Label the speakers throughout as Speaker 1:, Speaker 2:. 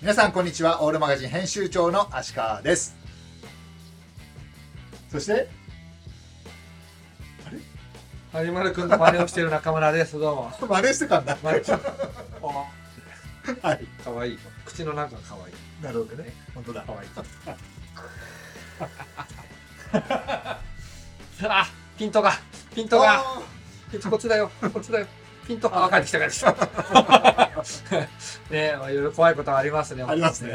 Speaker 1: 皆さんこんにちはオールマガジン編集長の足川ですそして
Speaker 2: 始まる君の真似をしている中村です。どうも。
Speaker 1: 真似してたんだ
Speaker 2: マリちゃん。お
Speaker 1: はい
Speaker 2: 可愛いい。口の中可愛いい。
Speaker 1: なるほどね本当だ
Speaker 2: 可愛いい。あ、ピントが、ピントが、
Speaker 1: あ
Speaker 2: ピントこっちだよ、こっちだよ。ピント、あ、帰ってきた、帰ってきた。ねえ、まあいろいろ怖いことはありますね。
Speaker 1: ーあります。ね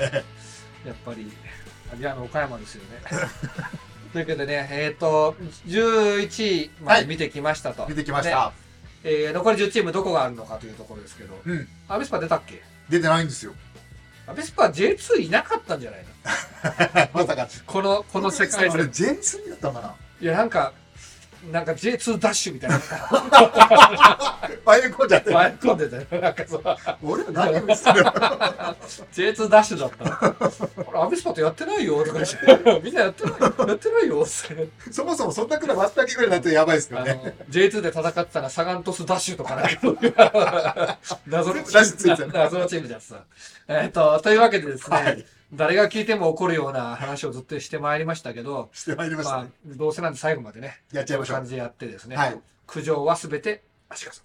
Speaker 2: やっぱり、いや、あの、岡山ですよね。というわけでね、えっ、と、11位まで見てきましたと。
Speaker 1: 出てきまし
Speaker 2: ね
Speaker 1: た、
Speaker 2: えー残り10チームどこがあるのかというところですけど、
Speaker 1: うん
Speaker 2: アベスパ出たっけ
Speaker 1: 出てないんですよ
Speaker 2: アベスパ J2 いなかったんじゃないの
Speaker 1: まさか
Speaker 2: この、この世界
Speaker 1: 俺
Speaker 2: で。
Speaker 1: J3 だったんだない
Speaker 2: や、なんか、なんか J2 ダッシュみたいな。
Speaker 1: 迷い込んじゃって
Speaker 2: 割り込んでたよ。なんかそう、
Speaker 1: 俺は何を見せてる
Speaker 2: J2 ダッシュだった。あれ、アベスパとやってないよとか言って、みんなやってない、やってないよって。
Speaker 1: そもそもそんなクラブあったっけぐらいになってやばいです
Speaker 2: あの
Speaker 1: よね、
Speaker 2: J2 で戦ってたらサガントスダッシュとかなんか、謎のチ
Speaker 1: ダッシュついて
Speaker 2: ー
Speaker 1: る
Speaker 2: ム、謎のチームだったさ。えっと、というわけでですね、
Speaker 1: はい
Speaker 2: 誰が聞いても怒るような話をずっとしてまいりましたけど、
Speaker 1: してまいりました、
Speaker 2: まあ、どうせなんで最後までね、
Speaker 1: やっちゃいましょう
Speaker 2: 感じでやってですね、
Speaker 1: はい
Speaker 2: 苦情はすべて足利さ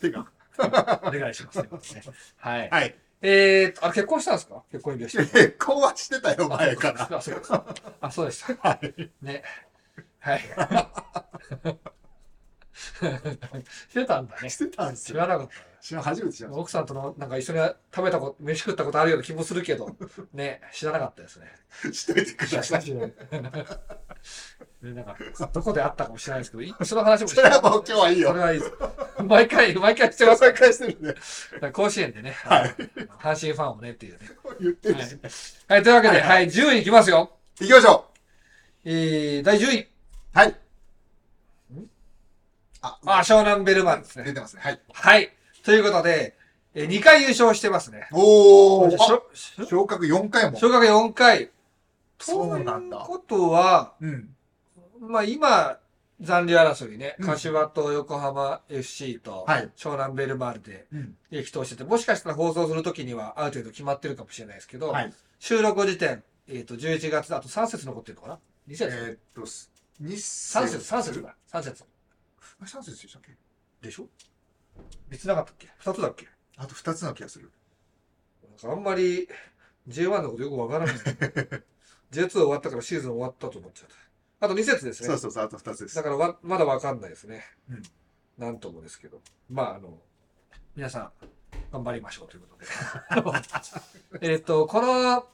Speaker 1: てか
Speaker 2: ん、お願い します、ね。はい。
Speaker 1: はい
Speaker 2: えーっと、あ、結婚したんですか結婚指輪して。
Speaker 1: 結婚はしてたよ 前から
Speaker 2: あ、そうです。あ、そうでした。ね。はい。 してたんだね。
Speaker 1: してたんです
Speaker 2: 知
Speaker 1: よ
Speaker 2: らなかった。
Speaker 1: 知ら初めて知らな
Speaker 2: 奥さんとのなんか一緒に食べたこと、飯食ったことあるような気もするけど、ね、知らなかったですね。
Speaker 1: いしといてください
Speaker 2: 知らなかった ねなんかどこで会ったかもしれないですけど、一緒の話もし
Speaker 1: それはもう今日はいい
Speaker 2: そ
Speaker 1: よ
Speaker 2: れはいいです。毎回、毎回し てます。
Speaker 1: 再開してるんで
Speaker 2: 甲子園でね、
Speaker 1: はい
Speaker 2: あの阪神ファンをねっていうね。
Speaker 1: 言ってる
Speaker 2: は
Speaker 1: し
Speaker 2: い、はい、というわけで、
Speaker 1: は
Speaker 2: はいい、10位いきますよ。
Speaker 1: 行きましょ
Speaker 2: えー、第10位。
Speaker 1: うはいあ
Speaker 2: あ、湘南ベルマンです
Speaker 1: 出
Speaker 2: ね。
Speaker 1: てますねはい
Speaker 2: はい。ということで、えー、2回優勝してますね。
Speaker 1: お
Speaker 2: し
Speaker 1: ー
Speaker 2: ょ
Speaker 1: あ
Speaker 2: し
Speaker 1: 昇格4回も
Speaker 2: 昇格4回。
Speaker 1: そうなんだ
Speaker 2: ということは、
Speaker 1: うん
Speaker 2: まあ今、残留争いね、
Speaker 1: うん
Speaker 2: 柏と横浜 FC と
Speaker 1: はい
Speaker 2: 湘南ベルマールで
Speaker 1: うん
Speaker 2: 激闘してて、もしかしたら放送するときにはある程度決まってるかもしれないですけど、
Speaker 1: はい
Speaker 2: 収録時点、えっ、と、11月、あと3節残ってるのかな ?2
Speaker 1: え
Speaker 2: 節、
Speaker 1: ーっとす日
Speaker 2: ?3 節、
Speaker 1: 三
Speaker 2: 3節だ。3節。
Speaker 1: 三節でしたっけ
Speaker 2: でしょ3つなかったっけ ?2 つだっけ
Speaker 1: あと二つの気がする
Speaker 2: なんかあんまり J1 のことよくわからない。J2 終わったからシーズン終わったと思っちゃった。あと2節ですね。
Speaker 1: そうそうそうあと二つです
Speaker 2: だからわ、まだわかんないですね。
Speaker 1: うん
Speaker 2: なんともですけど。まあ、あの、皆さん、頑張りましょうということで。えっ と、この、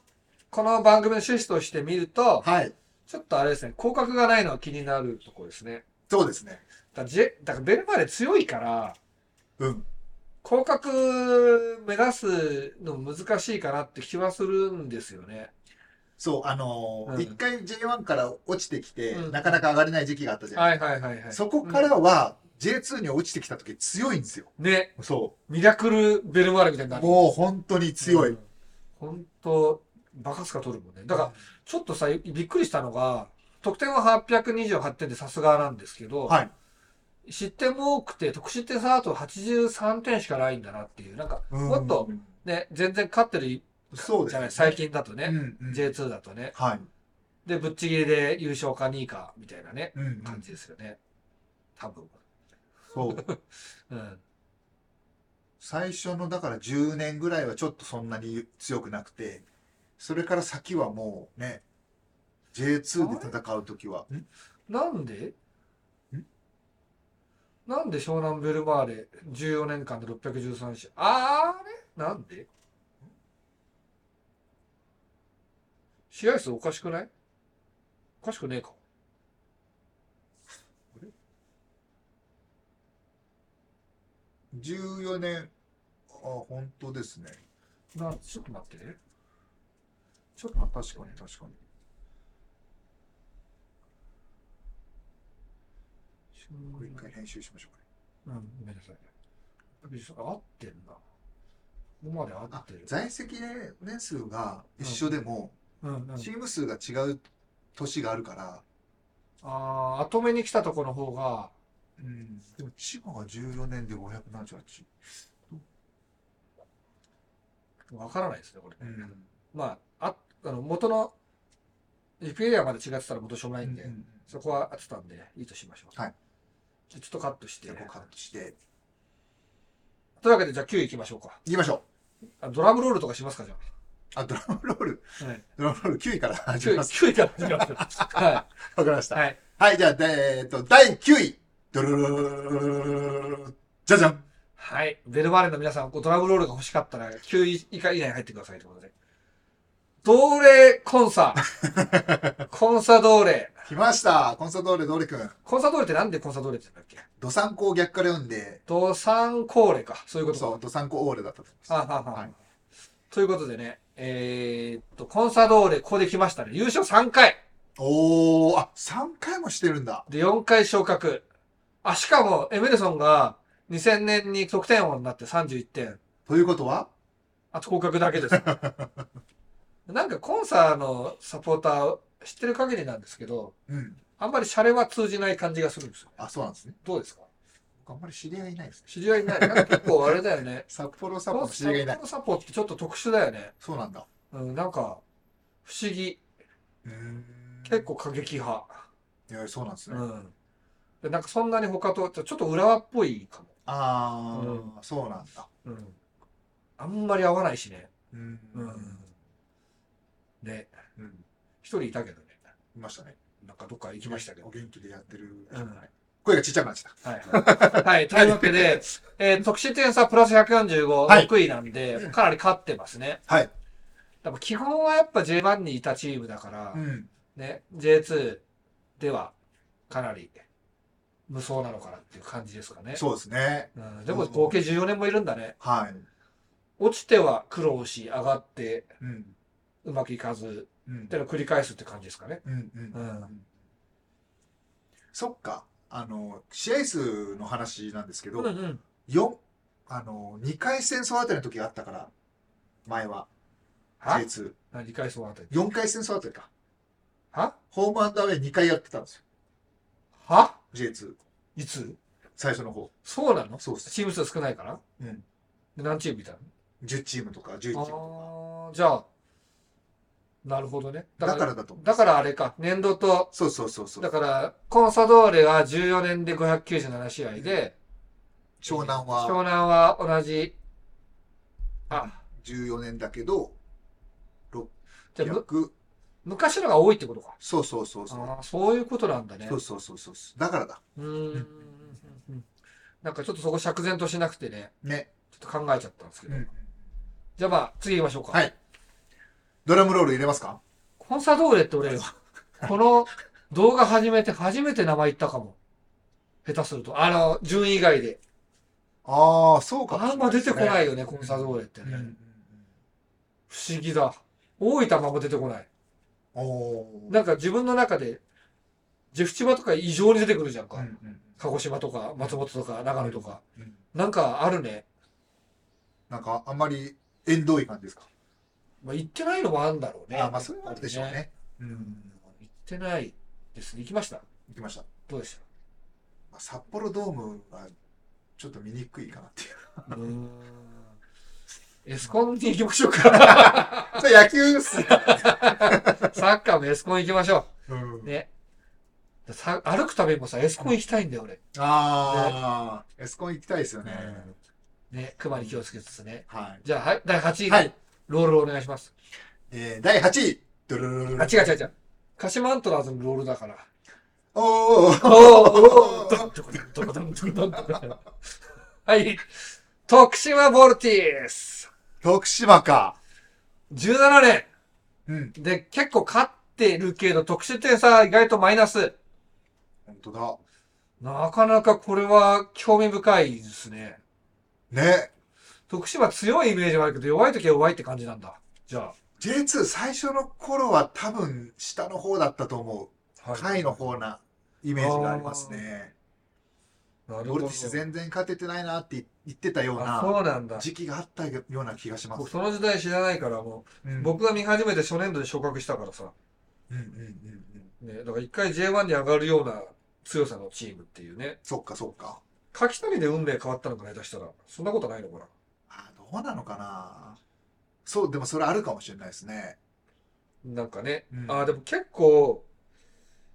Speaker 2: この番組の趣旨として見ると、
Speaker 1: はい
Speaker 2: ちょっとあれですね、広角がないのは気になるところですね。
Speaker 1: そうですね
Speaker 2: だから、ジェだからベルマーレ強いから、
Speaker 1: うん
Speaker 2: 広角目指すの難しいかなって気はするんですよね。
Speaker 1: そうあの
Speaker 2: うん
Speaker 1: ー一回 J1 から落ちてきて
Speaker 2: うん
Speaker 1: なかなか上がれない時期があったじゃない
Speaker 2: はいはいはいはい。
Speaker 1: そこからは J2 に落ちてきた時強いんですよ
Speaker 2: ね、
Speaker 1: そう
Speaker 2: ミラクルベルマーレみたいになる。
Speaker 1: もう本当に強い。
Speaker 2: うん。本当バカすか取るもんね。だから、ちょっとさ、びっくりしたのが、得点は828点でさすがなんですけど、
Speaker 1: はい。
Speaker 2: 失点も多くて、得失点差だと83点しかないんだなっていう、なんか、
Speaker 1: うん
Speaker 2: もっと、ね、全然勝ってるじ
Speaker 1: そうです
Speaker 2: ゃ
Speaker 1: ね
Speaker 2: ない、最近だとね、
Speaker 1: うんうん
Speaker 2: J2 だとね。
Speaker 1: はい。
Speaker 2: で、ぶっちぎりで優勝か2位か、みたいなね、
Speaker 1: うんうん
Speaker 2: 感じですよね。多分。
Speaker 1: そう。
Speaker 2: うん。
Speaker 1: 最初のだから10年ぐらいはちょっとそんなに強くなくて、それから先はもうね、J2 で戦うときは。ん
Speaker 2: なんで
Speaker 1: ん
Speaker 2: なんで湘南ベルマーレ14年間で613試合あれなんで試合数おかしくないおかしくねえか。
Speaker 1: 14年、あ、本当ですね。
Speaker 2: なんちょっと待ってね。ちょっと
Speaker 1: あ
Speaker 2: 待
Speaker 1: 確かに確かに。これ一
Speaker 2: って
Speaker 1: 回。編集しましょうかね。
Speaker 2: うん、ごめんなさい。合ってんな。ここまで合
Speaker 1: あ
Speaker 2: ってる、。
Speaker 1: 在籍年数が一緒でも、
Speaker 2: うんうん、
Speaker 1: チーム数が違う年があるから、
Speaker 2: ああ、後目に来たとこの方が、
Speaker 1: うん、でも千葉が14年で578。
Speaker 2: わからないですね、これ
Speaker 1: う
Speaker 2: ね。
Speaker 1: ん。
Speaker 2: まあ、あ、あの、元の、FA はまだ違ってたら元しょうもないんで、
Speaker 1: うん
Speaker 2: そこは合ってたんで、いいとしましょう。
Speaker 1: はい。
Speaker 2: じゃあちょっとカットして
Speaker 1: じゃあ、。こうカットして。
Speaker 2: というわけで、じゃあ9位いきましょうか。
Speaker 1: いきましょ
Speaker 2: あドラムロールとかしますか、じゃ
Speaker 1: う。あ、ドラムロール。
Speaker 2: あ。はい。
Speaker 1: ドラムロール9位から始
Speaker 2: 9
Speaker 1: め
Speaker 2: 位、
Speaker 1: ます。
Speaker 2: 9位から始めます。 は
Speaker 1: わかりまし
Speaker 2: い。
Speaker 1: た。
Speaker 2: はい。
Speaker 1: はい、じゃあ、でえっと、第9位。ドルルルルルルルルルルじゃじゃん。
Speaker 2: はい。ベルマーレの皆さん、こうドラムロールが欲しかったら、9位以下以内に入ってくださいということで。同例コンサ。 コンサ同例。
Speaker 1: 来ました。コンサドーレ、ドーレ君。
Speaker 2: コンサ同例ってなんでコンサ同例って言うんだっけ
Speaker 1: ドサンコを逆から読んで、
Speaker 2: ドサンコーレか。そういうことか。
Speaker 1: そう、ドサンコオーレだったと思い
Speaker 2: あはは、
Speaker 1: はい
Speaker 2: ということでね、えーっと、コンサドーレ、ここで来ましたね。優勝3回。
Speaker 1: おー、あ、3回もしてるんだ。
Speaker 2: で、4回昇格。あ、しかも、エメルソンが2000年に得点王になって31点。
Speaker 1: ということは
Speaker 2: あと降格だ けです。なんか、コンサのサポーター、知ってる限りなんですけど、
Speaker 1: うん。
Speaker 2: あんまりシャレは通じない感じがするんですよ。
Speaker 1: あ、そうなんですね。
Speaker 2: どうですか
Speaker 1: 僕あんまり知り合いいないですね。。
Speaker 2: 知り合いいない。なんか結構あれだよね
Speaker 1: 札幌サ
Speaker 2: コ
Speaker 1: ポの
Speaker 2: ン
Speaker 1: 知り合いいない。
Speaker 2: サポってちょっと特殊だよね。
Speaker 1: そうなんだ。
Speaker 2: うん、なんか、不思議。
Speaker 1: うーん
Speaker 2: 結。構過激派。
Speaker 1: いや、そうなんですね。
Speaker 2: うん。でなんかそんなに他と、ちょっと浦和っぽいかも。
Speaker 1: あ
Speaker 2: う
Speaker 1: ー、そうなんだ。
Speaker 2: うん。あんまり合わないしね。
Speaker 1: うん。
Speaker 2: ね。
Speaker 1: うん。
Speaker 2: 一人いたけどね。
Speaker 1: いましたね。
Speaker 2: なんかどっか行きましたけど
Speaker 1: お。元気でやってる。
Speaker 2: うん
Speaker 1: 声がちっちゃくなっちゃっ
Speaker 2: はい。はい。 というわけで、えー、得失点差プラス145、
Speaker 1: はい
Speaker 2: 6位なんで、かなり勝ってます ね。
Speaker 1: た。はい。
Speaker 2: でも基本はやっぱ J1 にいたチームだから、
Speaker 1: うん。
Speaker 2: ね、J2 ではかなり無双なのかなっていう感じですかね。
Speaker 1: そうですね。
Speaker 2: うん、でも合計14年もいるんだね。
Speaker 1: はい。
Speaker 2: 落ちては苦労し、上がって
Speaker 1: うん。
Speaker 2: うまくいかず、
Speaker 1: うん
Speaker 2: っていうのを繰り返すって感じですかね。
Speaker 1: うんうん
Speaker 2: う
Speaker 1: うん
Speaker 2: ん。
Speaker 1: そっか。あの、試合数の話なんですけ
Speaker 2: う
Speaker 1: ど、
Speaker 2: んうん。
Speaker 1: よあの、2回戦争あたりの時があったから、前は、
Speaker 2: は
Speaker 1: J2。
Speaker 2: 何回そうあたり。
Speaker 1: 4回戦争あたりか。
Speaker 2: は
Speaker 1: ホームアンダーウェイ2回やってたんです
Speaker 2: は
Speaker 1: よ。J2。
Speaker 2: いつ
Speaker 1: 最初の方。
Speaker 2: そうなの
Speaker 1: そうっす。
Speaker 2: チーム数少ないから
Speaker 1: うん。
Speaker 2: で何チームいたの
Speaker 1: 10チームとか11チームと
Speaker 2: ああー、じゃあ、なるほどね。
Speaker 1: か。だからだと思う。
Speaker 2: だからあれか、年度と、
Speaker 1: そうそうそうそ
Speaker 2: だ
Speaker 1: う。
Speaker 2: から、コンサドーレは14年で597試合で、
Speaker 1: 湘南
Speaker 2: 湘
Speaker 1: は
Speaker 2: 南は同じ、あ、
Speaker 1: 14年だけど、
Speaker 2: じゃあむ
Speaker 1: 逆。
Speaker 2: 昔のが多いってことか。
Speaker 1: そうそうそうそう。
Speaker 2: ああ、そういうことなんだね。
Speaker 1: そうそうそうそう。だからだ。
Speaker 2: うーん。なんかちょっとそこ釈然としなくてね、
Speaker 1: ね。
Speaker 2: ちょっと考えちゃったんですけど。じゃあまあ、次行きましょうか。
Speaker 1: はい。ドラムロール入れますか
Speaker 2: コンサドーレって 俺、この動画始めて初めて名前言ったかも。下手すると。あの、順位以外で。
Speaker 1: ああ、そうかもし
Speaker 2: あ
Speaker 1: れ
Speaker 2: んま出
Speaker 1: です
Speaker 2: て
Speaker 1: ね
Speaker 2: こないよね、コンサドーレって
Speaker 1: うんうんう
Speaker 2: ね。
Speaker 1: ん
Speaker 2: 不思議だ。大分もあんま出てこない。
Speaker 1: おお。
Speaker 2: なんか自分の中で、ジェフチバとか異常に出てくるじゃんか。
Speaker 1: うんうん
Speaker 2: 鹿児島とか、松本とか、長野とか。
Speaker 1: うん
Speaker 2: なんかあるね。
Speaker 1: なんかあんまり縁遠い感じですか。
Speaker 2: まあ、行ってないのもあるんだろうね。
Speaker 1: あまあそれはあるでしょうね。う
Speaker 2: うん
Speaker 1: ん。
Speaker 2: 行ってないですね。行きました。
Speaker 1: 行きました。
Speaker 2: どうでし
Speaker 1: まあ札幌ドームはちょっと見にくいかなっていう。
Speaker 2: たうーんエスコンに行きましょうか。
Speaker 1: それ野球っすね。
Speaker 2: サッカーもエスコン行きましょ
Speaker 1: う
Speaker 2: う。
Speaker 1: ん。
Speaker 2: ね。さ歩くためにもさ、エスコン行きたいんだよ、俺。
Speaker 1: ああ、エスコン行きたいですよね。
Speaker 2: ね、熊に気をつけつつね。
Speaker 1: は
Speaker 2: じゃあ、はい、第8
Speaker 1: い。
Speaker 2: 位、
Speaker 1: はい。
Speaker 2: ロールをお願いします。
Speaker 1: えー第8位。ドルルルル
Speaker 2: あ、違う違う違う。鹿島アントラーズのロールだから。
Speaker 1: おー。
Speaker 2: おおはい。徳島ボルティス。
Speaker 1: 徳島か。
Speaker 2: 17年。
Speaker 1: うん。
Speaker 2: で、結構勝ってるけど、特殊点差意外とマイナス。
Speaker 1: 本当だ。
Speaker 2: なかなかこれは興味深いですね。
Speaker 1: ね。
Speaker 2: 徳島強いイメージはあるけど、弱い時は弱いって感じなんだ。じゃ
Speaker 1: J2 最初の頃は多分下の方だったと思
Speaker 2: あ。
Speaker 1: う。下位の。方なイメージがありますね。
Speaker 2: なる
Speaker 1: ボ
Speaker 2: ほ
Speaker 1: ル
Speaker 2: ど。
Speaker 1: ティス全然勝ててないなって言ってたよう
Speaker 2: あ
Speaker 1: な
Speaker 2: そうなんだ。
Speaker 1: 時期があったような気がしま
Speaker 2: 僕
Speaker 1: す。
Speaker 2: その時代知らないから、も
Speaker 1: う
Speaker 2: う、
Speaker 1: ん、
Speaker 2: 僕が見始めて初年度で昇格したからさ。
Speaker 1: うんうんうんうん。
Speaker 2: ね、だから一回 J1 に上がるような強さのチームっていうね。
Speaker 1: そっかそっか。
Speaker 2: 柿谷で運命変わったのかな、下手したら。そんなことないのかな。
Speaker 1: あどうなのかなそう、でもそれあるかもしれないですね。
Speaker 2: なんかね、
Speaker 1: うん
Speaker 2: ああ、でも結構、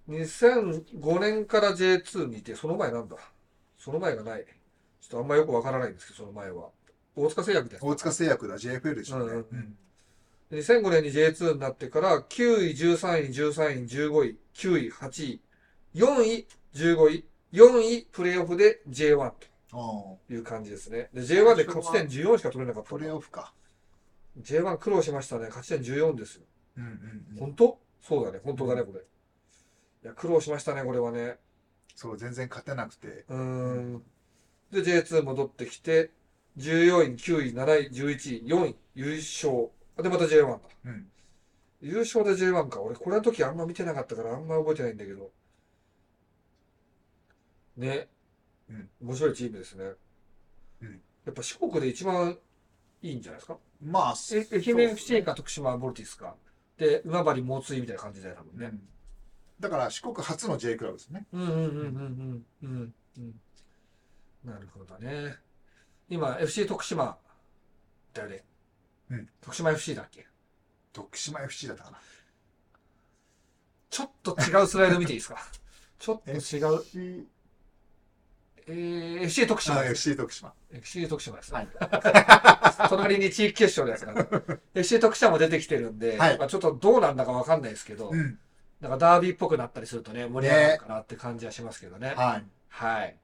Speaker 2: 2005年から J2 にいて、その前なんだその前がない。ちょっとあんまよくわからないんですけど、その前は。大塚製薬みたいな。
Speaker 1: 大塚製薬だ、JFL でしょうね。
Speaker 2: うんうん
Speaker 1: うん
Speaker 2: 2005年に J2 になってから、9位、13位、13位、15位、9位、8位、4位、15位、4位、プレイオフで J1
Speaker 1: あ
Speaker 2: という感じですね。で、J1 で勝ち点14しか取れな
Speaker 1: あ
Speaker 2: かった
Speaker 1: プ。レーオフか。
Speaker 2: J1 苦労しましたね。勝ち点14ですよ。
Speaker 1: うんうんうん、
Speaker 2: 本当そうだね。本当だね、これ。いや、苦労しましたね、これはね。
Speaker 1: そう、全然勝てなくて。
Speaker 2: うーん。で、J2 戻ってきて、14位、9位、7位、11位、4位、優勝。で、また J1 だ。
Speaker 1: うん。
Speaker 2: 優勝で J1 か。俺、これの時あんま見てなかったから、あんま覚えてないんだけど。ね。
Speaker 1: うん
Speaker 2: 面白いチームですね。
Speaker 1: うん
Speaker 2: やっぱ四国で一番いいんじゃないですか。
Speaker 1: まあ、
Speaker 2: え愛
Speaker 1: そう
Speaker 2: 媛
Speaker 1: ですね
Speaker 2: FC か徳島ボルティスか。で、馬張猛追みたいな感じだよ、多分ね。
Speaker 1: うんだから四国初の J クラブですね。
Speaker 2: うんうんうんうんうんうんうん。なるほどね。今、FC 徳島だよね。
Speaker 1: うん
Speaker 2: 徳島 FC だっけ
Speaker 1: 徳島 FC だったかな。
Speaker 2: ちょっと違うスライド見てい いですかちょっと違う。
Speaker 1: FC
Speaker 2: えー、FC 徳島
Speaker 1: あ
Speaker 2: です。
Speaker 1: FC 徳島。
Speaker 2: FC 徳島です。
Speaker 1: は
Speaker 2: はいい、 隣に地域決勝のやつが ある。FC 徳島も出てきてるんで、
Speaker 1: はい
Speaker 2: まあちょっとどうなんだかわかんないですけど、
Speaker 1: うん。
Speaker 2: なんかダービーっぽくなったりするとね、盛り上がるかなって感じはしますけどね。
Speaker 1: はい。
Speaker 2: はい。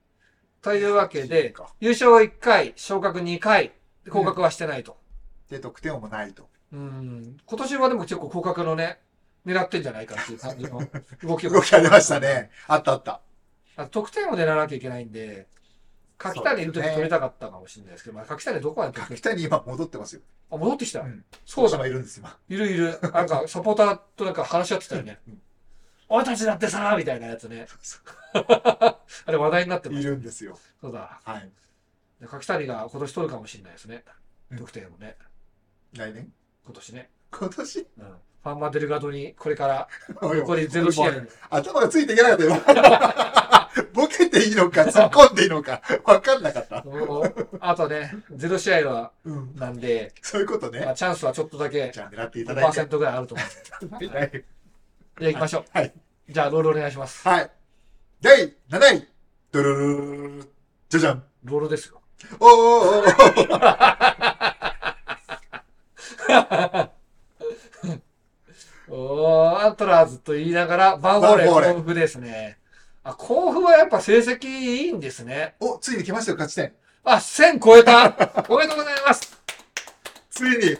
Speaker 2: というわけで、
Speaker 1: そうか
Speaker 2: 優勝1回、昇格2回、降格はしてないと。
Speaker 1: で、得点王もないと。
Speaker 2: うん。今年はでも結構降格のね、狙ってんじゃないかっていう感じの動き
Speaker 1: 動きありました。ね。あったあった。
Speaker 2: あと得点を狙わなきゃいけないんで、柿谷いる時取れたかったかもしれないですけど、まあ柿谷どこまで得
Speaker 1: 柿
Speaker 2: 点
Speaker 1: 谷今戻ってますよ。
Speaker 2: あ、戻ってきた。
Speaker 1: うん
Speaker 2: そう
Speaker 1: 徳
Speaker 2: だ。
Speaker 1: 島いるんです今。
Speaker 2: いるいる。なんかサポーターとなんか話し合ってたよね
Speaker 1: うん。
Speaker 2: 俺たちだってさーみたいなやつ ね。あれ話題になってま
Speaker 1: い
Speaker 2: した。
Speaker 1: るんですよ。
Speaker 2: そうだ。
Speaker 1: はい。
Speaker 2: で柿谷が今年取るかもしれないですね
Speaker 1: う。ん
Speaker 2: 得点をね。
Speaker 1: 来年
Speaker 2: 今年ね。
Speaker 1: 今年
Speaker 2: うんファンマデルガドにこれから
Speaker 1: おいおい
Speaker 2: 残りゼロ試合。
Speaker 1: 頭がついていけなかったよ。 ボケていいのか、突っ込んでいいのか、わかんなかった。
Speaker 2: もうあとね、ゼロ試合は
Speaker 1: うん。
Speaker 2: なんで、
Speaker 1: そういうこと
Speaker 2: ま
Speaker 1: ね
Speaker 2: あ、。チャンスはちょっとだけ
Speaker 1: じゃあ狙っていただいて。
Speaker 2: 5%ぐらいあると思う
Speaker 1: はい。
Speaker 2: んで。じゃあ行きましょう。
Speaker 1: はい。
Speaker 2: じゃあロールお願いします。
Speaker 1: はい。第7位。ドゥルルルルルルじゃじゃん。
Speaker 2: ロールですよ。
Speaker 1: おーおーおーおー
Speaker 2: おー、アントラーズと言いながら、バンフォーレ、
Speaker 1: バンフォーレ
Speaker 2: 甲府ですね。あ、甲府はやっぱ成績いいんですね。
Speaker 1: お、ついに来ましたよ、勝ち点。
Speaker 2: あ、1000超えた おめでとうございます
Speaker 1: ついに、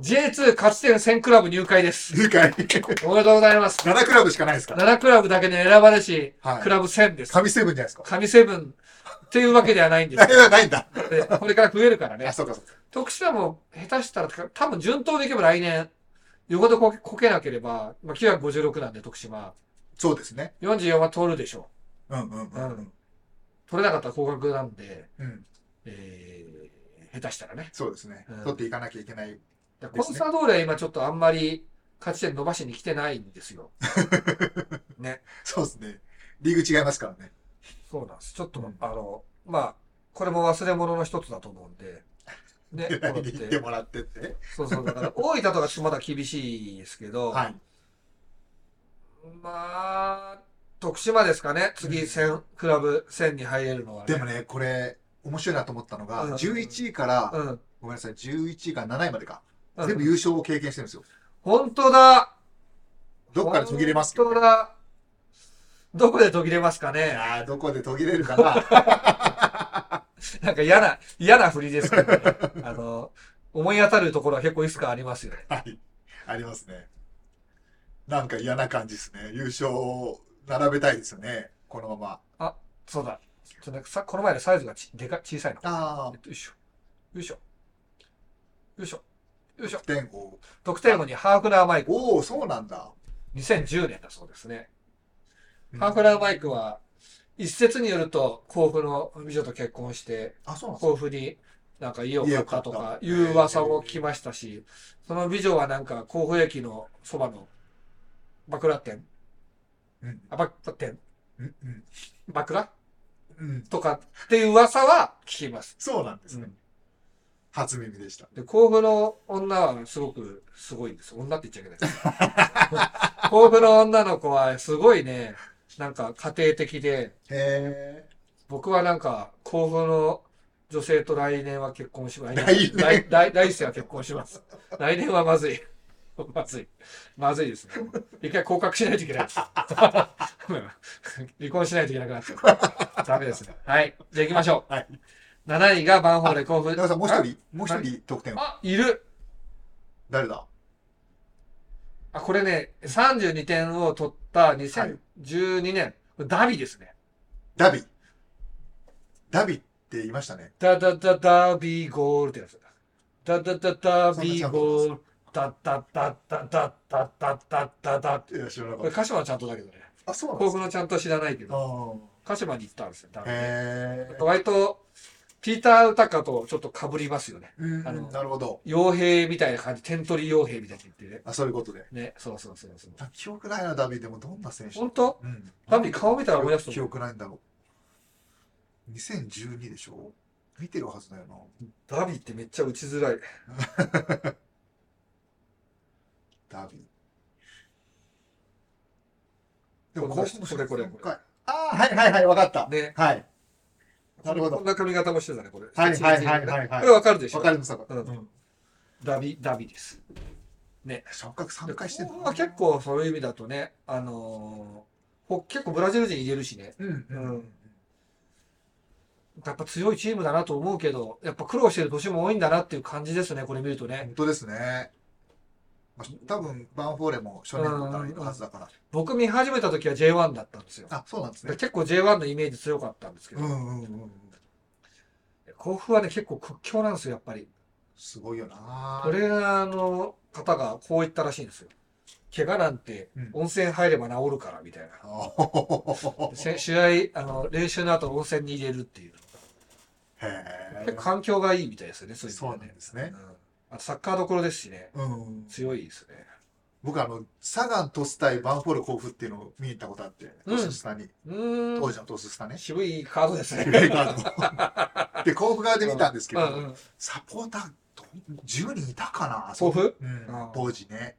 Speaker 2: !J2 勝ち点1000クラブ入会です。
Speaker 1: 次回。
Speaker 2: おめでとうございます。
Speaker 1: 7クラブしかないですから。
Speaker 2: 7クラブだけで選ばれし、
Speaker 1: はい
Speaker 2: クラブ1000です。
Speaker 1: 神セブンじゃないですか。
Speaker 2: 神セブンっていうわけではないんで
Speaker 1: あ
Speaker 2: す
Speaker 1: れはないんだ。
Speaker 2: けど、これから増えるからね
Speaker 1: あ、。そうかそうか。
Speaker 2: 徳島も下手したら、多分順当でいけば来年、横でこけこけなければ、まあ、956なんで徳島、
Speaker 1: そうですね。
Speaker 2: 44は取るでしょ
Speaker 1: うんうんうんう。
Speaker 2: うんう。取れなかったら降格なんで、
Speaker 1: うん、
Speaker 2: えー、下手したらね。
Speaker 1: そうですね
Speaker 2: うん。
Speaker 1: 取っていかなきゃいけない。
Speaker 2: だ
Speaker 1: で
Speaker 2: から
Speaker 1: す
Speaker 2: コ
Speaker 1: ね
Speaker 2: ンサドーレは今ちょっとあんまり勝ち点伸ばしに来てないんですよ。ね。
Speaker 1: そうですね。リーグ違いますからね。
Speaker 2: そうなんです。ちょっと、
Speaker 1: うん
Speaker 2: あの、まあ、これも忘れ物の一つだと思うんで、ね、こうやっ
Speaker 1: 来に行って
Speaker 2: て
Speaker 1: もらってって。
Speaker 2: そうそう、だ から大分とかちょっとまだ厳しいですけど、
Speaker 1: はい。
Speaker 2: まあ、徳島ですかね。次、1000、クラブ1000に入れるのはね。
Speaker 1: でもね、これ、面白いなと思ったのが、
Speaker 2: うん
Speaker 1: 11位から
Speaker 2: う、ん。
Speaker 1: ごめんなさい、11位から7位までか。
Speaker 2: うん
Speaker 1: 全部優勝を経験してるんですよ。
Speaker 2: 本当だ。
Speaker 1: どっかで途切れますけどね、
Speaker 2: 本当だ。どこで途切れますかね。
Speaker 1: ああ、どこで途切れるかな。
Speaker 2: なんか嫌な、嫌な振りですけどね。あの、思い当たるところは結構いくつかありますよね。
Speaker 1: はい。ありますね。なんか嫌な感じですね。優勝を並べたいですよね。このまま。
Speaker 2: そうだ。ちょっとなんかさこの前のサイズがちでか小さいの。
Speaker 1: あ
Speaker 2: えっとよいしょ。よいしょ。よいしょ。よいしょ
Speaker 1: あ、。点を。
Speaker 2: 得点後にハーフナーマイク。
Speaker 1: おお、そうなんだ。
Speaker 2: 2010年だそうですね。ハーフラーマイクは、一説によると、甲府の美女と結婚して、
Speaker 1: あ、そうなんですか。
Speaker 2: 甲府になんか家を買ったと
Speaker 1: 家を買
Speaker 2: か
Speaker 1: っ
Speaker 2: いう噂も聞きましたし、その美女はなんか甲府駅のそばのバクラ店、
Speaker 1: うん、
Speaker 2: あ、バクラ店、
Speaker 1: うん、うん
Speaker 2: バクラ
Speaker 1: うん。
Speaker 2: とかっていう噂は聞きます。
Speaker 1: そうなんですね。初耳でした。
Speaker 2: で、甲府の女はすごくすごいんです。女って言っちゃいけない。 甲府の女の子はすごいね、なんか家庭的で、
Speaker 1: へ
Speaker 2: 僕はなんか甲府の女性と来年は結婚します。
Speaker 1: 来年
Speaker 2: 来来来世は結婚します。来年はまずい。 まずい。まずいですね。一回降格しないといけないです。 離婚しないといけなくなっちゃう。ダメですね。はい。じゃあ行きましょう。
Speaker 1: はい
Speaker 2: 7位がバンホーレ甲
Speaker 1: え。
Speaker 2: 府
Speaker 1: 皆。さん、もう一人、もう一人得点は
Speaker 2: あ、いる。
Speaker 1: 誰だ
Speaker 2: あ、これね、32点を取った2012年、ダビですね。
Speaker 1: ダビ。ダビって言いましたね。
Speaker 2: ダダダダビーゴールってやつ。ダダダダビーゴール。ダダダダダダダダダダ。
Speaker 1: いや、知らな
Speaker 2: こ
Speaker 1: か
Speaker 2: れ、
Speaker 1: った。
Speaker 2: 鹿島はちゃんとだけどね。
Speaker 1: あ、そうなんで
Speaker 2: 甲
Speaker 1: す
Speaker 2: 府
Speaker 1: か
Speaker 2: のちゃんと知らない
Speaker 1: あ
Speaker 2: けど、鹿島に行ったんですよ、ダ
Speaker 1: ー
Speaker 2: ビね。
Speaker 1: へ
Speaker 2: 割と、ピーター・ウタカとちょっと被りますよね。
Speaker 1: え。うん
Speaker 2: あの
Speaker 1: なるほど。
Speaker 2: 傭兵みたいな感じ、点取り傭兵みたいな言ってね。
Speaker 1: あ、そういうことで。
Speaker 2: ね、そうそうそうそう。
Speaker 1: 記憶ないな、ダビ。でもどんな選手
Speaker 2: 本当
Speaker 1: うん。
Speaker 2: ダビ顔見たら思い出すと
Speaker 1: 記
Speaker 2: 思う。
Speaker 1: 憶ないんだろう。2012でしょ見てるはずだよな。
Speaker 2: ダビってめっちゃ打ちづらい。
Speaker 1: ダビ。でも、
Speaker 2: この
Speaker 1: こ
Speaker 2: 人これこれこれ
Speaker 1: ああー、はいはいはい、わかった。
Speaker 2: ね。
Speaker 1: はい。なるほど
Speaker 2: こんな髪型もしてたね、これ。
Speaker 1: はいはいはいはいはい
Speaker 2: これわかるでしょ
Speaker 1: わかりましたか。
Speaker 2: うんダビ、ダビです。
Speaker 1: 昇格3回してん
Speaker 2: こ
Speaker 1: の
Speaker 2: こは結。構そういう意味だとね、あのーほ結構ブラジル人入れるしね。
Speaker 1: うん。
Speaker 2: うんやっぱ強いチームだなと思うけど、やっぱ苦労してる年も多いんだなっていう感じですね、これ見るとね。
Speaker 1: 本当ですね。まあ、多分バンフォーレも初年度からいるはずだから。
Speaker 2: 僕見始めた時は J1 だったんですよ。
Speaker 1: あ、そうなんです
Speaker 2: で
Speaker 1: ね。
Speaker 2: 結構 J1 のイメージ強かったんですけ
Speaker 1: う
Speaker 2: ど、
Speaker 1: んうんうん。
Speaker 2: 甲府はね、結構屈強なんですよ、やっぱり。
Speaker 1: すごいよな。
Speaker 2: トレーナーの方がこう言ったらしいんですよ。怪我なんて
Speaker 1: うん
Speaker 2: 温泉入れば治るから、みたいな。
Speaker 1: あー
Speaker 2: せ試合あの練習の後温泉に入れるっていう
Speaker 1: へ
Speaker 2: で環境がいいみたいですよねそう
Speaker 1: え。
Speaker 2: いう
Speaker 1: そ
Speaker 2: の
Speaker 1: う
Speaker 2: は
Speaker 1: なん
Speaker 2: ね
Speaker 1: ですね。
Speaker 2: うんあとサッカーどころですしね
Speaker 1: うん。
Speaker 2: 強いですね
Speaker 1: 僕あの、サガン鳥栖対バンフォーレ甲府っていうのを見に行ったことあって、
Speaker 2: うん
Speaker 1: 鳥栖スタに。
Speaker 2: うー
Speaker 1: 当
Speaker 2: ん
Speaker 1: 時の鳥栖スタね。
Speaker 2: 渋いカードですね
Speaker 1: で、甲府側で見たんですけ
Speaker 2: うんう
Speaker 1: ど、
Speaker 2: ん
Speaker 1: サポーターどん10人いたかな
Speaker 2: 甲府
Speaker 1: うん
Speaker 2: あー
Speaker 1: 当時ね。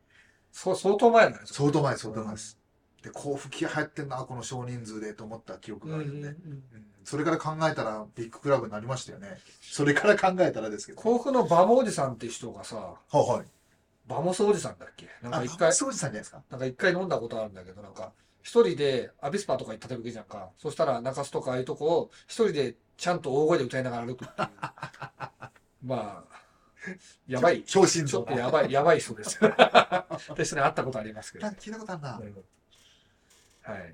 Speaker 2: そう相当前だね
Speaker 1: 相当前、相当前です。で、甲府気合入ってんな、この少人数でと思った記憶
Speaker 2: う
Speaker 1: が
Speaker 2: んう
Speaker 1: あ
Speaker 2: ん
Speaker 1: るん
Speaker 2: う
Speaker 1: で。
Speaker 2: ん
Speaker 1: うんそれから考えたら、ビッグクラブになりましたよね。それから考えたらですけど。
Speaker 2: 甲府のバモおじさんって人がさ
Speaker 1: はいはい。
Speaker 2: バモスおじさんだっけなん
Speaker 1: あ、
Speaker 2: か
Speaker 1: バ
Speaker 2: 一回
Speaker 1: ックおじさんじゃないですか。
Speaker 2: なんか一回飲んだことあるんだけどなんか一人でアビスパとか行った時じゃんかそしたら中洲とかああいうとこを一人でちゃんと大声で歌いながら歩く っていうまあやばい
Speaker 1: 超心
Speaker 2: ちょ
Speaker 1: 臓
Speaker 2: っとやばい、やばい人 です。で、それ会ったことありますけど。
Speaker 1: 聞いたことあるな。
Speaker 2: はい。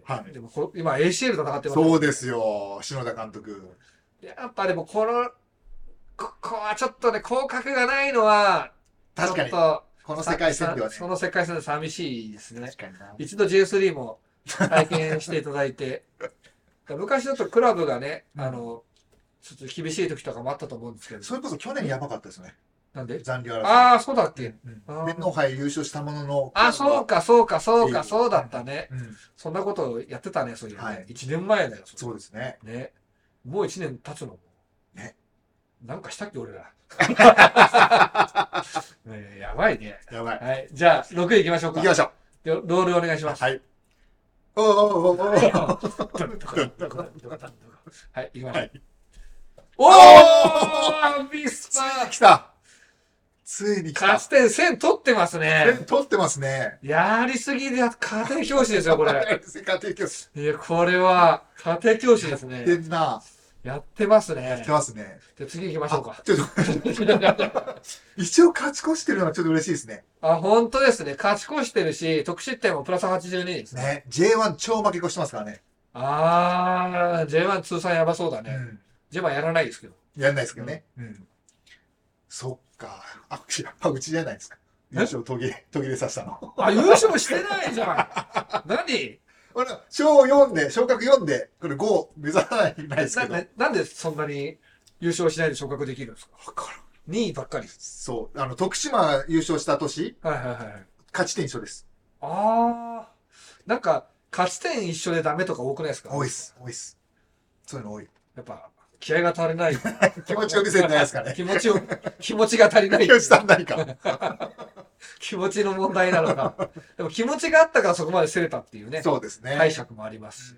Speaker 1: はい
Speaker 2: でもこ、今 ACL 戦ってますから
Speaker 1: そうですよ、篠田監督。
Speaker 2: やっぱでも、この、ここはちょっとね、広角がないのは、
Speaker 1: 確かに
Speaker 2: ちょっ、と
Speaker 1: この世界線ではね
Speaker 2: そ。の世界線で寂しいですね
Speaker 1: 確。かにな。
Speaker 2: 一度 J3 も体験していただいて、 昔だとクラブがね、あの、ちょっと厳しい時とかもあったと思うんですけど、
Speaker 1: それこそ去年やばかったですよね。
Speaker 2: なんで
Speaker 1: 残留争い。
Speaker 2: ああ、そうだっけ。
Speaker 1: うん
Speaker 2: あー
Speaker 1: 天皇杯優勝したものの。
Speaker 2: あ、そうか、そうか、そう
Speaker 1: い
Speaker 2: か、
Speaker 1: い
Speaker 2: そうだったね。
Speaker 1: うん。
Speaker 2: そんなことをやってたね、そういうね。
Speaker 1: はい
Speaker 2: 1年前だよ、
Speaker 1: そうですね。
Speaker 2: う。ね。もう1年経つの。
Speaker 1: ね。
Speaker 2: なんかしたっけ、俺ら。 ねやばいね。
Speaker 1: やばい。
Speaker 2: はい。じゃあ、6位行きましょう
Speaker 1: 行
Speaker 2: か。
Speaker 1: きましょ
Speaker 2: でロールお願いし
Speaker 1: う。
Speaker 2: ます。
Speaker 1: はい。おーおーおーおー
Speaker 2: はい、行きましょ
Speaker 1: は
Speaker 2: う
Speaker 1: い。
Speaker 2: おーアビスパ
Speaker 1: 来たついに来た
Speaker 2: 勝ち。点1000取ってますね。
Speaker 1: 取ってますね。
Speaker 2: やりすぎで、家庭教師ですよ、これ。
Speaker 1: 世界提供し
Speaker 2: いや、これは、家庭教師ですね。
Speaker 1: てんな。
Speaker 2: やってますね。
Speaker 1: 来てますね。
Speaker 2: じゃあ次行きましょう
Speaker 1: あ
Speaker 2: か、。
Speaker 1: ちょっと、 一応勝ち越してるのはちょっと嬉しいですね。
Speaker 2: あ、本当ですね。勝ち越してるし、得失点もプラス82ですね。
Speaker 1: ね。J1 超負け越してますからね。
Speaker 2: あー、J1 通算やばそうだ
Speaker 1: う
Speaker 2: ね。
Speaker 1: ん。
Speaker 2: J1 やらないですけど。
Speaker 1: やんないですけどね。うん。そっか。あ、やっぱうちじゃないですか。優勝途切れ、途切れさせたの。
Speaker 2: あ、優勝してないじゃん 何
Speaker 1: あの、賞4で、昇格4で、これ5目指さないないですけど。
Speaker 2: な
Speaker 1: わ
Speaker 2: ななんでそんなに優勝しないで昇格できるんですか
Speaker 1: からん
Speaker 2: ?2 位ばっかり。
Speaker 1: そう。あの、徳島優勝した年、
Speaker 2: はいはいはい。
Speaker 1: 勝ち点一緒です。
Speaker 2: あー、なんか、勝ち点一緒でダメとか多くないですか
Speaker 1: 多いっす。多いっす。そういうの多い。
Speaker 2: やっぱ、気合が足り ない。
Speaker 1: 気持ちを見せてないですかね。
Speaker 2: 気持ちを、気持ちが足りない。
Speaker 1: 清さん何か。
Speaker 2: 気持ちの問題なのか。でも気持ちがあったからそこまで競れたっていうね、
Speaker 1: そうですね。
Speaker 2: 解釈もありますし。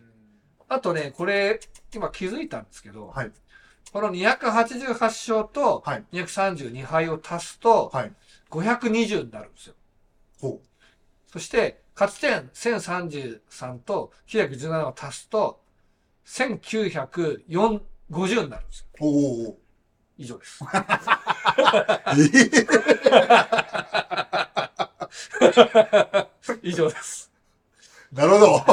Speaker 2: あとね、これ、今気づいたんですけど、
Speaker 1: はい
Speaker 2: この288勝と
Speaker 1: はい
Speaker 2: 232敗を足すと、
Speaker 1: はい
Speaker 2: 520になるんですよ。
Speaker 1: ほ
Speaker 2: そして、勝ち点1033と917を足すと、1904、50になるんですよ。
Speaker 1: う。おお。
Speaker 2: 以上です。
Speaker 1: え
Speaker 2: 以上です。
Speaker 1: えなるほど。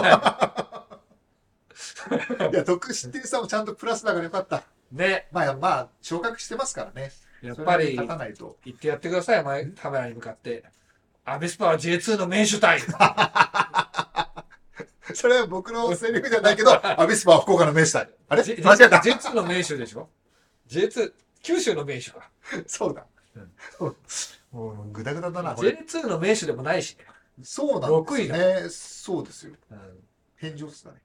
Speaker 1: いや、得失点差もちゃんとプラスだからよかった。
Speaker 2: ね、
Speaker 1: まあまあ、昇格してますからね。
Speaker 2: やっぱ
Speaker 1: それに
Speaker 2: り
Speaker 1: 勝、たないと。
Speaker 2: 言ってやってください、前、カメラに向かって。アベスパは J2 の名手隊
Speaker 1: それは僕のセリフじゃない けど、アビスパは福岡の名手隊。あれ
Speaker 2: J-
Speaker 1: 間違えた。
Speaker 2: J2 の名手でしょ ?J2、九州の名手か。
Speaker 1: そうだ
Speaker 2: うん。
Speaker 1: もう、ぐだぐだだな、これ。
Speaker 2: J2 の名手でもないしね。
Speaker 1: そうなんです
Speaker 2: 六
Speaker 1: よね。そうですよ。
Speaker 2: うん
Speaker 1: 返上っすだね。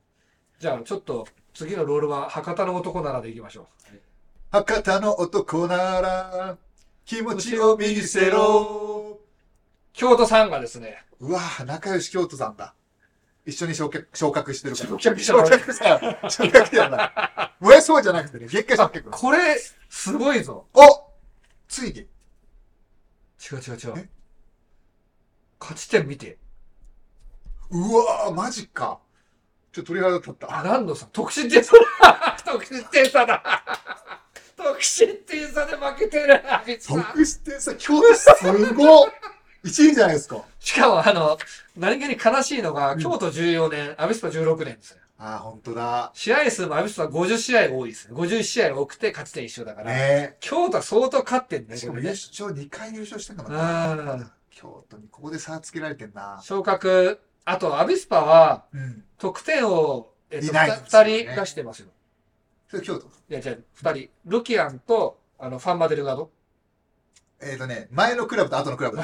Speaker 2: じゃあ、ちょっと、次のロールは博多の男ならでいきましょう。
Speaker 1: 博多の男なら、気持ちを見せろ。
Speaker 2: 京都さんがですね、
Speaker 1: うわぁ、仲良し京都さんだ。一緒に昇格昇格してるから。
Speaker 2: 昇格じゃない
Speaker 1: 昇格じゃない。昇格じゃない。燃えそうじゃなくてね、月下昇格。
Speaker 2: これ、すごいぞ。
Speaker 1: おついに。
Speaker 2: 違う違う違う
Speaker 1: え。
Speaker 2: 勝ち点見て。
Speaker 1: うわぁ、マジか。ちょっと鳥肌立った。
Speaker 2: あ、なんのさ、特進点差だ特進点差だ特進点差で負けてるアビスパ
Speaker 1: 得失点差、京都すごっ !1 位じゃないですか。
Speaker 2: しかも、あの、何気に悲しいのが、京都14年、アビスパ16年ですよ。
Speaker 1: ああ、ほんとだ。
Speaker 2: 試合数もアビスパ50試合多いですね。51試合多くて勝ち点一緒だから。
Speaker 1: ね
Speaker 2: 京都は相当勝ってん
Speaker 1: え。
Speaker 2: ね、
Speaker 1: しか
Speaker 2: こ
Speaker 1: も
Speaker 2: れ
Speaker 1: 優
Speaker 2: ね。
Speaker 1: 勝、2回優勝してんのか
Speaker 2: あー
Speaker 1: な。京都にここで差つけられてんな。
Speaker 2: 昇格。あと、アビスパは、
Speaker 1: うん。
Speaker 2: 得点を、えっと、
Speaker 1: いないん
Speaker 2: 2
Speaker 1: ですよね
Speaker 2: 人出してますよ。
Speaker 1: それ京都。
Speaker 2: いや、じゃあ、2人。ルキアンと、あの、ファンマデルガード。
Speaker 1: えっ、ー、とね、前のクラブと後のクラブだ。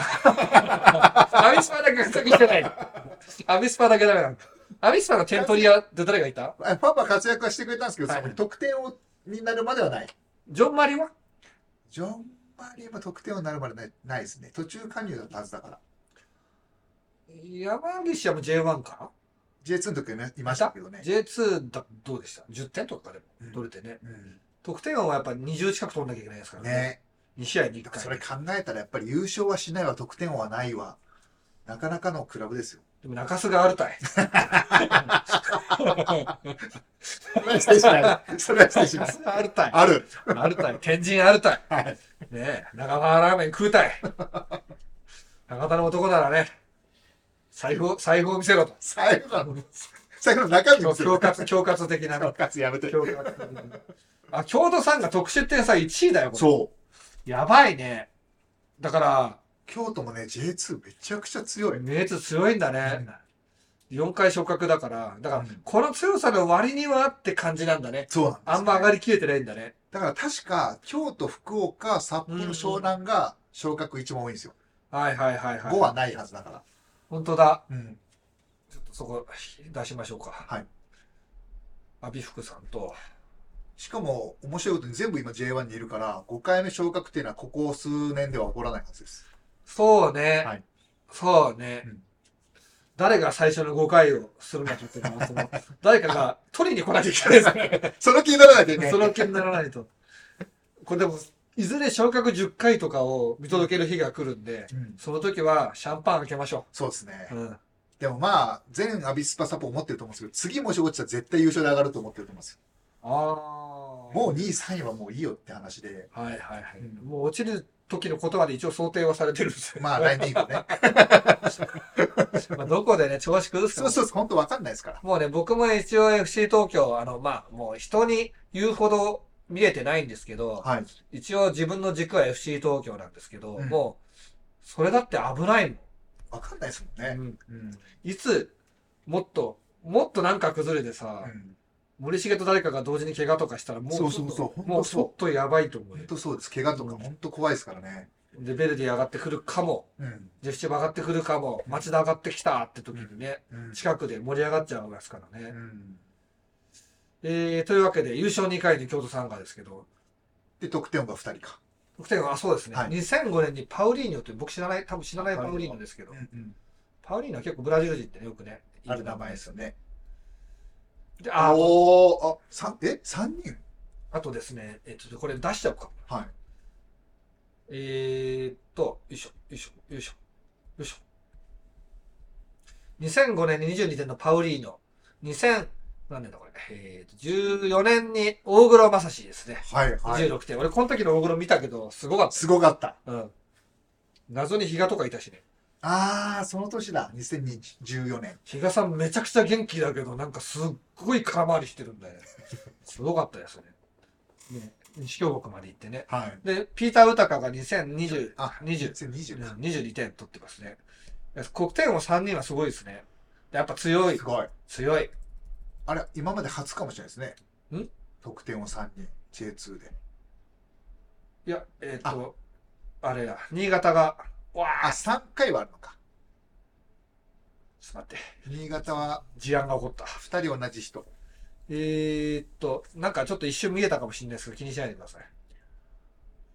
Speaker 2: アビスパだけ獲得してない。アビスパだけダメなんだ。アビスパの点取り屋で誰がいた
Speaker 1: あパパ活躍はしてくれたんですけど、
Speaker 2: はい
Speaker 1: その得点をになるまではない。
Speaker 2: ジョン・マリは
Speaker 1: ジョン・マリーも得点をなるまでないないですね。途中加入だったはずだから。
Speaker 2: 山岸はもう J1 かな
Speaker 1: J2 の時はねいましたけどね。
Speaker 2: J2 だどうでした10点とかでも
Speaker 1: うん
Speaker 2: 取れてね、
Speaker 1: うん、
Speaker 2: 得点王はやっぱ20近く取んなきゃいけないですからね
Speaker 1: ね
Speaker 2: 2試合に1
Speaker 1: だから
Speaker 2: 回
Speaker 1: それ考えたらやっぱり優勝はしないわ、得点王はないわ。なかなかのクラブです よ。
Speaker 2: でも中洲があるたい
Speaker 1: それは失礼しない。それは失礼しま
Speaker 2: 中
Speaker 1: す。
Speaker 2: 洲があるたい
Speaker 1: ある。
Speaker 2: あるたい天神あるたい
Speaker 1: はい。
Speaker 2: ねえ長川ラーメン食うたい中田の男ならね財布を財布を見せろと
Speaker 1: 最後の、最後の中身
Speaker 2: 恐
Speaker 1: 見せる
Speaker 2: 恐喝恐喝的なね
Speaker 1: 恐喝やめて。
Speaker 2: 恐喝的なあ京都さんが特殊点差1位だよこれ
Speaker 1: そう。
Speaker 2: やばいねだから
Speaker 1: 京都もね、J2 めちゃくちゃ強い。
Speaker 2: メイツ強いんだね。4回昇格だから、だから
Speaker 1: うん、
Speaker 2: この強さの割にはって感じなんだね。
Speaker 1: そうなんです、ね。
Speaker 2: あんま上がりきれてないんだね。
Speaker 1: だから確か、京都、福岡、札幌、湘南が昇格一番多いんですよ。
Speaker 2: はいはいはいはい。
Speaker 1: 5はないはずだから。
Speaker 2: 本当だ。
Speaker 1: うん。
Speaker 2: ちょっとそこ出しましょうか。
Speaker 1: はい。
Speaker 2: 阿ビ福さんと、
Speaker 1: しかも、面白いことに全部今 J1 にいるから、5回目昇格っていうのはここ数年では起こらないはずです。
Speaker 2: そうね。
Speaker 1: はい
Speaker 2: そうね。
Speaker 1: うん
Speaker 2: 誰が最初の5回をするのかっていうの は、その、誰かが取りに来ないといけ ないですね。
Speaker 1: その気にならないといけない。
Speaker 2: その気にならないと。これでも、いずれ昇格10回とかを見届ける日が来るんで、
Speaker 1: うん
Speaker 2: その時はシャンパン開けましょ
Speaker 1: そうですね
Speaker 2: う。。うん。
Speaker 1: でもまあ、全アビスパサポ持ってると思うんですけど、次もし落ちたら絶対優勝で上がると思ってると思うんですよ。
Speaker 2: ああ。
Speaker 1: もう2位、3位はもういいよって話で、
Speaker 2: はいはいはい。
Speaker 1: うん
Speaker 2: もう落ちる時のことまで一応想定はされてるんですよ。
Speaker 1: まあ来年以降 ね。
Speaker 2: まあどこでね、調子崩すか
Speaker 1: そ
Speaker 2: も
Speaker 1: うそうそう、本当わかんないですから。
Speaker 2: もうね、僕も一応 FC 東京、あの、まあ、もう人に言うほど見えてないんですけど、
Speaker 1: はい。
Speaker 2: 一応自分の軸は FC 東京なんですけど、
Speaker 1: うん
Speaker 2: もう、それだって危ないも
Speaker 1: わかんないですもん
Speaker 2: ん。
Speaker 1: ね。
Speaker 2: うん
Speaker 1: うん。
Speaker 2: いつ、もっと、もっとなんか崩れてさ、
Speaker 1: うん
Speaker 2: 森重と誰かが同時に怪我とかしたらもうちょっと、
Speaker 1: そうそうそうほんとそう
Speaker 2: もうちょっとやばいと思う
Speaker 1: 本
Speaker 2: よ。
Speaker 1: 当そうです。怪我とか本当怖いですからね。
Speaker 2: で、ベルディ上がってくるかも、
Speaker 1: うん。
Speaker 2: ジェフチェ上がってくるかも、町田上がってきたって時にね、
Speaker 1: うん
Speaker 2: 近くで盛り上がっちゃいますから
Speaker 1: う
Speaker 2: ね。
Speaker 1: ん。
Speaker 2: えー、というわけで、優勝2回で京都参加ですけど、
Speaker 1: で、得点王が2人か。
Speaker 2: 得点は、あ、そうですね。
Speaker 1: はい
Speaker 2: 2005年にパウリーニョという、僕知らない、多分知らないパウリーニョですけど、パウリーニョは結構ブラジル人ってね、よくね、い
Speaker 1: あ
Speaker 2: る
Speaker 1: る
Speaker 2: 名
Speaker 1: 名
Speaker 2: 前
Speaker 1: 前
Speaker 2: で
Speaker 1: ですす
Speaker 2: よ
Speaker 1: よ
Speaker 2: ね。
Speaker 1: ね。
Speaker 2: で、あ
Speaker 1: あ
Speaker 2: と、
Speaker 1: おー、あ、三え、三人
Speaker 2: あとですね、えっと、これ出しちゃおうか。
Speaker 1: はい。
Speaker 2: えー、っと、よいしょ、よいしょ、よいしょ、よいしょ。2005年に22点のパウリーノ。2000、何年だこれ。えー、っと、14年に大黒正史ですね。
Speaker 1: はい、はい。
Speaker 2: 26点。俺、この時の大黒見たけど、すごかっ
Speaker 1: すごかった。
Speaker 2: た。うん。謎に比嘉とかいたしね。
Speaker 1: あー、その年だ。2014年。
Speaker 2: 比嘉さんめちゃくちゃ元気だけど、なんかすっごい空回りしてるんだよね。 すごかったですね。ね西京極まで行ってね。
Speaker 1: はい。
Speaker 2: で、ピーター・ウタカが2020、
Speaker 1: あ
Speaker 2: 20、
Speaker 1: 2020か。
Speaker 2: 22点取ってますね。得点王3人はすごいですね。やっぱ強い
Speaker 1: す。ごい。
Speaker 2: 強い。
Speaker 1: あれ、今まで初かもしれないですね。
Speaker 2: ん
Speaker 1: 得点王3人、J2 で。
Speaker 2: いや、えっ、と、あれだ、新潟が、わ
Speaker 1: あ、
Speaker 2: あ、ちょ
Speaker 1: 3回はあるのか。
Speaker 2: っと待って、
Speaker 1: 新潟は
Speaker 2: 事案が起こった。
Speaker 1: 2人同じ人。
Speaker 2: えー、っと、なんかちょっと一瞬見えたかもしれないですけど、気にしないでください。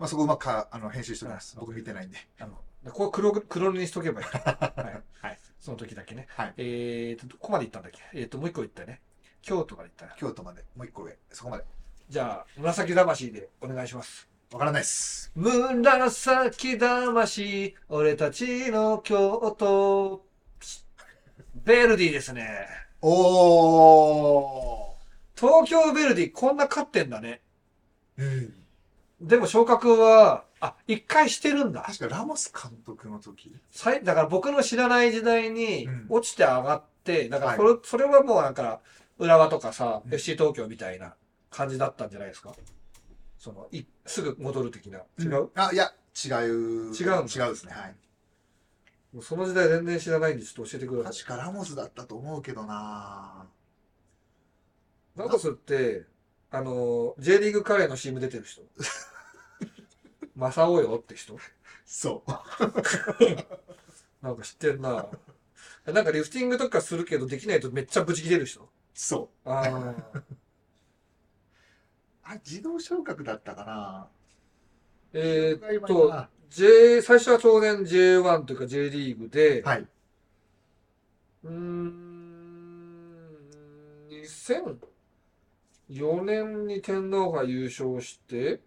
Speaker 1: まあ、そこうまくかあの編集しておきます。
Speaker 2: あ
Speaker 1: 僕見てないんで。
Speaker 2: あの、ここは黒く、黒塗りにしとけ ばいい。はい。
Speaker 1: はい
Speaker 2: その時だけね。
Speaker 1: はい
Speaker 2: えー、っと、どこまで行ったんだっけえーっと、もう一個行ったね。京都まで行ったな。
Speaker 1: 京都まで、もう一個上。そこまで。
Speaker 2: じゃあ、紫魂でお願いします。
Speaker 1: わからないです。
Speaker 2: 紫魂、俺たちの京都。ベルディですね。
Speaker 1: おー。
Speaker 2: 東京ベルディ、こんな勝ってんだね。
Speaker 1: うん。
Speaker 2: でも昇格は、あ、一回してるんだ。
Speaker 1: 確かラモス監督の時。
Speaker 2: 最だから僕の知らない時代に
Speaker 1: うん
Speaker 2: 落ちて上がって、だから
Speaker 1: はい
Speaker 2: それ,、それはもうなんか、浦和とかさ、
Speaker 1: うん
Speaker 2: FC 東京みたいな感じだったんじゃないですか。その、いすぐ戻る的な。違う、
Speaker 1: あ、いや、違う。
Speaker 2: 違うんだ
Speaker 1: 違うですね。はい。
Speaker 2: もうその時代全然知らないんで、ちょっと教えてください。
Speaker 1: 確かラモスだったと思うけどな
Speaker 2: ラモスって、あの、J リーグカレーの CM 出て る人。マサオよって人
Speaker 1: そう。
Speaker 2: なんか知ってんな。なんかリフティングとかするけどできないとめっちゃブチ切れる人。
Speaker 1: そう。
Speaker 2: ああ。
Speaker 1: あ、自動昇格だったかな
Speaker 2: えーっ
Speaker 1: 僕
Speaker 2: と、
Speaker 1: が
Speaker 2: J、最初は当然 J1 というか J リーグで、
Speaker 1: 今はい。
Speaker 2: うーん、2004年に天皇が優勝して、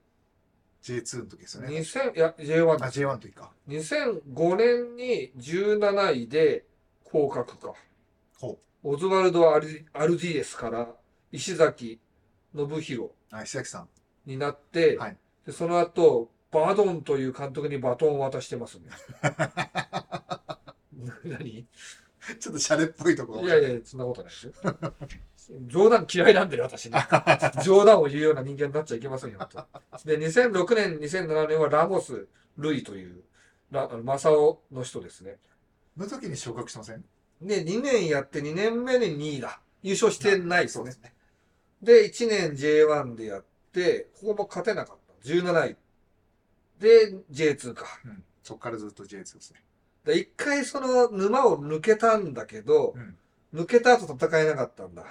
Speaker 1: J2 の時ですよね。
Speaker 2: 2000、いや、J1
Speaker 1: あ、
Speaker 2: だ
Speaker 1: J1 の時か。
Speaker 2: 2005年に17位で降格か。
Speaker 1: ほ
Speaker 2: オズワルド・アルアルディエスから石崎信弘
Speaker 1: う。あ、石崎さん。
Speaker 2: になって、
Speaker 1: はい
Speaker 2: でその後、バドンという監督にバトンを渡してますね。 何い
Speaker 1: ちょっとシャレっぽいところ。
Speaker 2: やいや、そんなことないですよ。 冗談嫌いなんだよ、私ね。冗談を言うような人間になっちゃいけませんよ、本当で、2006年、2007年はラモス・ルイという、ラマサオの人ですね。
Speaker 1: の時に昇格してません
Speaker 2: で、2年やって2年目に2位だ。優勝してないです
Speaker 1: そうで
Speaker 2: ね
Speaker 1: す。ね。
Speaker 2: で、1年 J1 でやって、ここも勝てなかった。17位。で、J2 か。
Speaker 1: うん。そっからずっと J2 ですね。
Speaker 2: で、一回その沼を抜けたんだけど
Speaker 1: う、ん。
Speaker 2: 抜けた後戦えなかったんだ。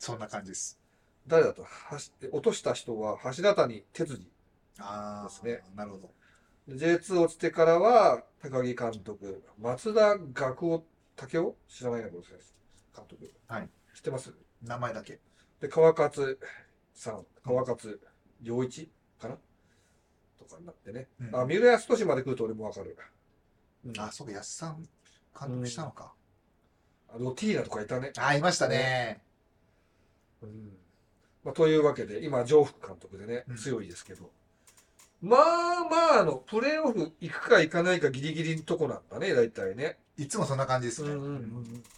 Speaker 1: そんな感じです。
Speaker 2: 誰だとはし落とした人は橋谷哲司。
Speaker 1: あ
Speaker 2: そう
Speaker 1: あ、
Speaker 2: です
Speaker 1: なるほど。
Speaker 2: で J2 落ちてからは、高木監督。松田学夫、武雄知らないな、この先生。監督。
Speaker 1: はい。
Speaker 2: 知ってます
Speaker 1: 名前だけ。
Speaker 2: で、川勝さん、川勝良一かなとかになってね。
Speaker 1: うん
Speaker 2: あ、三浦康俊まで来ると俺もわかる。うん、
Speaker 1: あ、
Speaker 2: あ
Speaker 1: そうか、安さん監督したのか。
Speaker 2: ロティーナとかいたね。
Speaker 1: あ、いましたね。
Speaker 2: うんまあ、というわけで、今、上福監督でね
Speaker 1: う、ん
Speaker 2: 強いですけど。まあまあの、プレーオフ行くか行かないかギリギリのとこなんだね、大体ね。
Speaker 1: いつもそんな感じですね。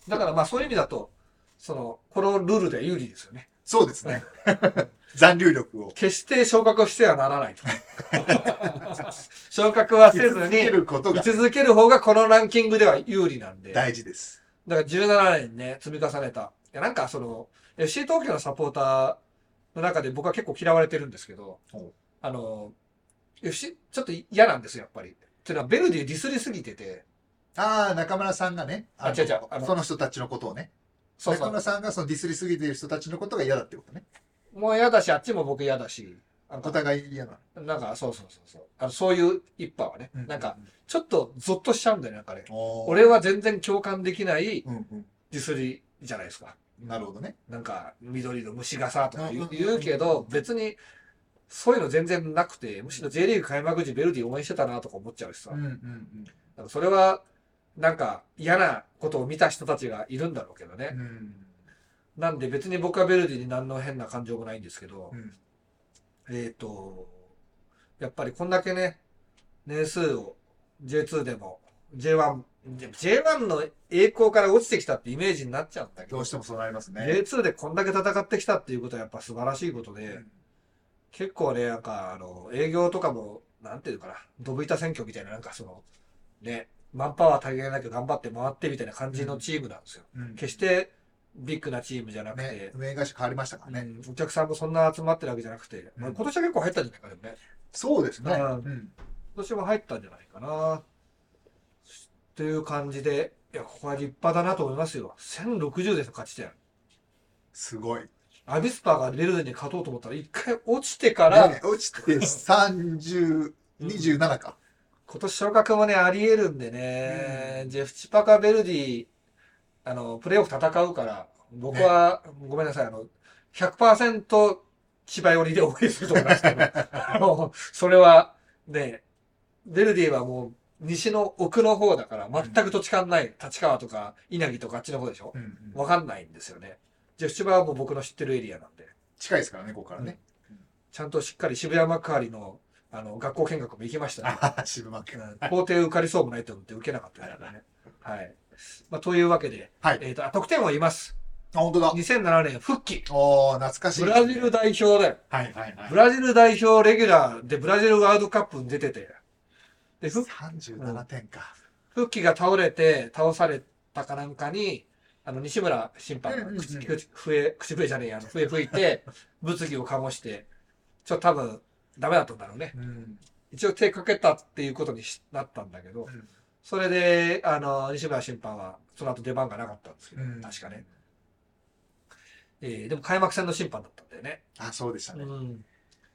Speaker 2: だからまあそういう意味だと、その、このルールで有利ですよね。
Speaker 1: そうですね。 残留力を。
Speaker 2: 決して昇格をしてはな らないと。昇格はせず
Speaker 1: 受け
Speaker 2: に、
Speaker 1: ることが
Speaker 2: 続ける方がこのランキングでは有利なんで。だか
Speaker 1: 大事です。
Speaker 2: ら17年ね、積み重ねた。いや、なんかその、FC 東京のサポーターの中で僕は結構嫌われてるんですけど
Speaker 1: お、
Speaker 2: あの、FC、ちょっと嫌なんですよ、やっぱり。っていうのは、ベルディをディスりすぎてて、
Speaker 1: ああ、中村さんがね、
Speaker 2: あ違う違うあの
Speaker 1: その人たちのことをね。
Speaker 2: そうそ
Speaker 1: 中
Speaker 2: う。
Speaker 1: 村さんがそのディスりすぎている人たちのことが嫌だってことね。
Speaker 2: もう嫌だし、あっちも僕嫌だし。なん
Speaker 1: お
Speaker 2: か、
Speaker 1: 互い嫌な。
Speaker 2: なんかそうそうそうそう。あのそういう一派はね。なんか、、ちょっとゾッとしちゃうんだよね、なんかね。俺
Speaker 1: 俺、
Speaker 2: は全然共感できない
Speaker 1: うんうん。
Speaker 2: ディスりじゃないですか。
Speaker 1: なるほどね。
Speaker 2: なんか、緑の虫がさ、とか言
Speaker 1: う
Speaker 2: うん言うけど、別に、そういうの全然なくて、むしろ J リーグ開幕時ベルディ応援してたなとか思っちゃうしさ
Speaker 1: う。んうん
Speaker 2: なんかそれは、なんか嫌なことを見た人たちがいるんだろうけど
Speaker 1: う
Speaker 2: ね。
Speaker 1: ん。うん
Speaker 2: なんで別に僕はベルディに何の変な感情もないんですけど
Speaker 1: う、ん。
Speaker 2: えっと、やっぱりこんだけね、年数を J2 でも、J1、J1 の栄光から落ちてきたってイメージになっちゃうんだけ
Speaker 1: ど
Speaker 2: ど
Speaker 1: うし、てもそうなりますね。
Speaker 2: J2 でこんだけ戦ってきたっていうことはやっぱ素晴らしいことで、結構ね、なんか、あの、営業とかも、なんていうのかな、ドブ板選挙みたいな、なんかその、ね、マンパワー足りなきゃ頑張って回ってみたいな感じのチームなんですよ。
Speaker 1: うん
Speaker 2: 決してビッグなチームじゃなく
Speaker 1: ね
Speaker 2: て、、
Speaker 1: 運営会社変わりましたからね。
Speaker 2: うんお客さんもそんな集まってるわけじゃなくて、まあ、
Speaker 1: うん
Speaker 2: 今年は結構入ったんじゃないかでもね。
Speaker 1: そうですね。
Speaker 2: うん
Speaker 1: うん
Speaker 2: 今年も入ったんじゃないかな。という感じで、いや、ここは立派だなと思いますよ。1060ですよ、勝ち点。
Speaker 1: すごい。ね
Speaker 2: アビスパがベルデに勝とうと思ったら、一回落ちてから、
Speaker 1: 落ちて30、27か。
Speaker 2: 今年昇格もね、あり得るんでね、ジェフチパカベルディ、あの、プレイオフ戦うから、僕は、ごめんなさい、あの、100%千葉寄りで応援すると思いますけど、あの、それは、ね、ベルディはもう、西の奥の方だから、全く土地勘ない、立川とか、稲城とかあっちの方でしょ
Speaker 1: うんうん
Speaker 2: わかんないんですよね。ジェフチパカはもう僕の知ってるエリアなんで。
Speaker 1: 近いですからね、ここからね。
Speaker 2: ちゃんとしっかり渋谷幕張の、あの、学校見学も行きましたね。
Speaker 1: ああ、 渋幕。
Speaker 2: うん校庭受かりそうもないと思って受けなかったですからね。はい。まあ、というわけで、
Speaker 1: はい
Speaker 2: えっ、と、あ、得点を言います。
Speaker 1: あ、本当だ。
Speaker 2: 2007年復帰。
Speaker 1: おー、懐かしい。
Speaker 2: ブラジル代表だよ。
Speaker 1: はいはいはい
Speaker 2: ブ。ラジル代表レギュラーでブラジルワールドカップに出てて。で、復
Speaker 1: 37点か。
Speaker 2: 復帰が倒れて、倒されたかなんかに、あの、西村審判
Speaker 1: うんうんう
Speaker 2: が
Speaker 1: ん
Speaker 2: 口、口笛、口笛じゃねえや、あの笛吹いて、物議を醸して、ちょっと多分、ダメだったんだろうね。
Speaker 1: うん。
Speaker 2: 一応手かけたっていうことにしなったんだけど、それで、あの、西村審判は、その後出番がなかったんですけど、
Speaker 1: うん
Speaker 2: 確かね。えーでも開幕戦の審判だったんだよね。
Speaker 1: あ、そうでしたね。
Speaker 2: うん。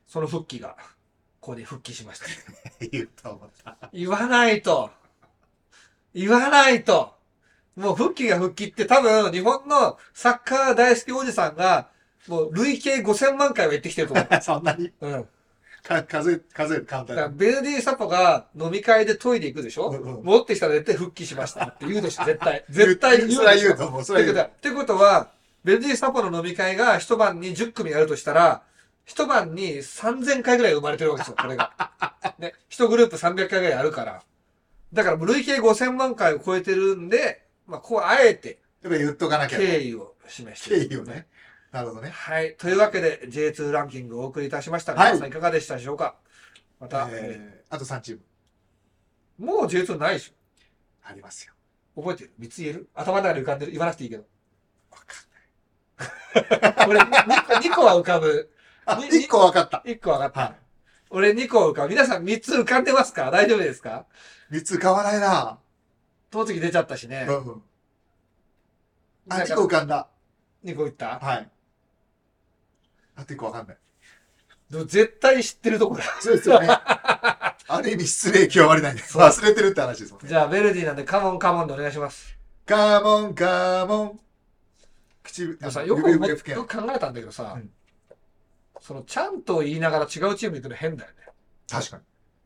Speaker 2: その復帰が、ここで復帰しました。
Speaker 1: 言うと思った。
Speaker 2: 言わないと言わないともう復帰が復帰って多分、日本のサッカー大好きおじさんが、もう累計5000万回は言ってきてると 思
Speaker 1: そんなに
Speaker 2: う。うん。
Speaker 1: か数え、数える簡
Speaker 2: だか
Speaker 1: 単
Speaker 2: ら、ベルディサポが飲み会でトイレ行くでしょ、
Speaker 1: うんうん
Speaker 2: 戻ってきたら絶対復帰しましたって言うでしょ絶対。絶対言うでしょ
Speaker 1: それは言うと思う。そ
Speaker 2: っ
Speaker 1: れ
Speaker 2: て
Speaker 1: は言
Speaker 2: こと
Speaker 1: う。
Speaker 2: はってことは、ベルディサポの飲み会が一晩に10組あるとしたら、一晩に3000回ぐらい生まれてるわけですよ、こ れが。ね、一グループ300回ぐらいあるから。だから、累計5000万回を超えてるんで、まあ、こう、あえて、
Speaker 1: やっぱ言っとかなきゃ。
Speaker 2: 敬意を示して
Speaker 1: 敬
Speaker 2: る
Speaker 1: 意をね。。なるほどね。
Speaker 2: はい。というわけで、J2 ランキングをお送りいたしましたが、
Speaker 1: はい
Speaker 2: 皆さんいかがでしたでしょうかまた、
Speaker 1: えーあと3チーム
Speaker 2: もう J2 ないでし
Speaker 1: ありますよ。
Speaker 2: ょ覚えてる三つ言える頭の中で浮かんでる言わなくていいけど。
Speaker 1: わかんない
Speaker 2: 俺、2個は浮かぶ。
Speaker 1: あ、
Speaker 2: に
Speaker 1: 1個分かった。
Speaker 2: 1個分かった。
Speaker 1: は
Speaker 2: 俺2個浮かぶ。皆さん3つ浮かんでますか大丈夫ですか
Speaker 1: い。3つ浮かばないな。
Speaker 2: 栃木出ちゃったしね
Speaker 1: う。ん。あ、
Speaker 2: なんか
Speaker 1: 2個浮かんだ。
Speaker 2: 二個いった。
Speaker 1: はい。あと1個分かんない。
Speaker 2: でも絶対知ってるとこだ。
Speaker 1: そうですよね。ある意味失礼極まれないんです。忘れてるって話ですもんね。
Speaker 2: じゃあ、ベルディなんでカモンカモンでお願いします。
Speaker 1: カーモン、カーモン。口、
Speaker 2: でもさ、
Speaker 1: あの
Speaker 2: よく
Speaker 1: 指
Speaker 2: 思っ
Speaker 1: 笛
Speaker 2: よ
Speaker 1: 吹けない
Speaker 2: く考えたんだけどさ、
Speaker 1: うん
Speaker 2: その、ちゃんと言いながら違うチーム行くの変だよね。
Speaker 1: 確かに。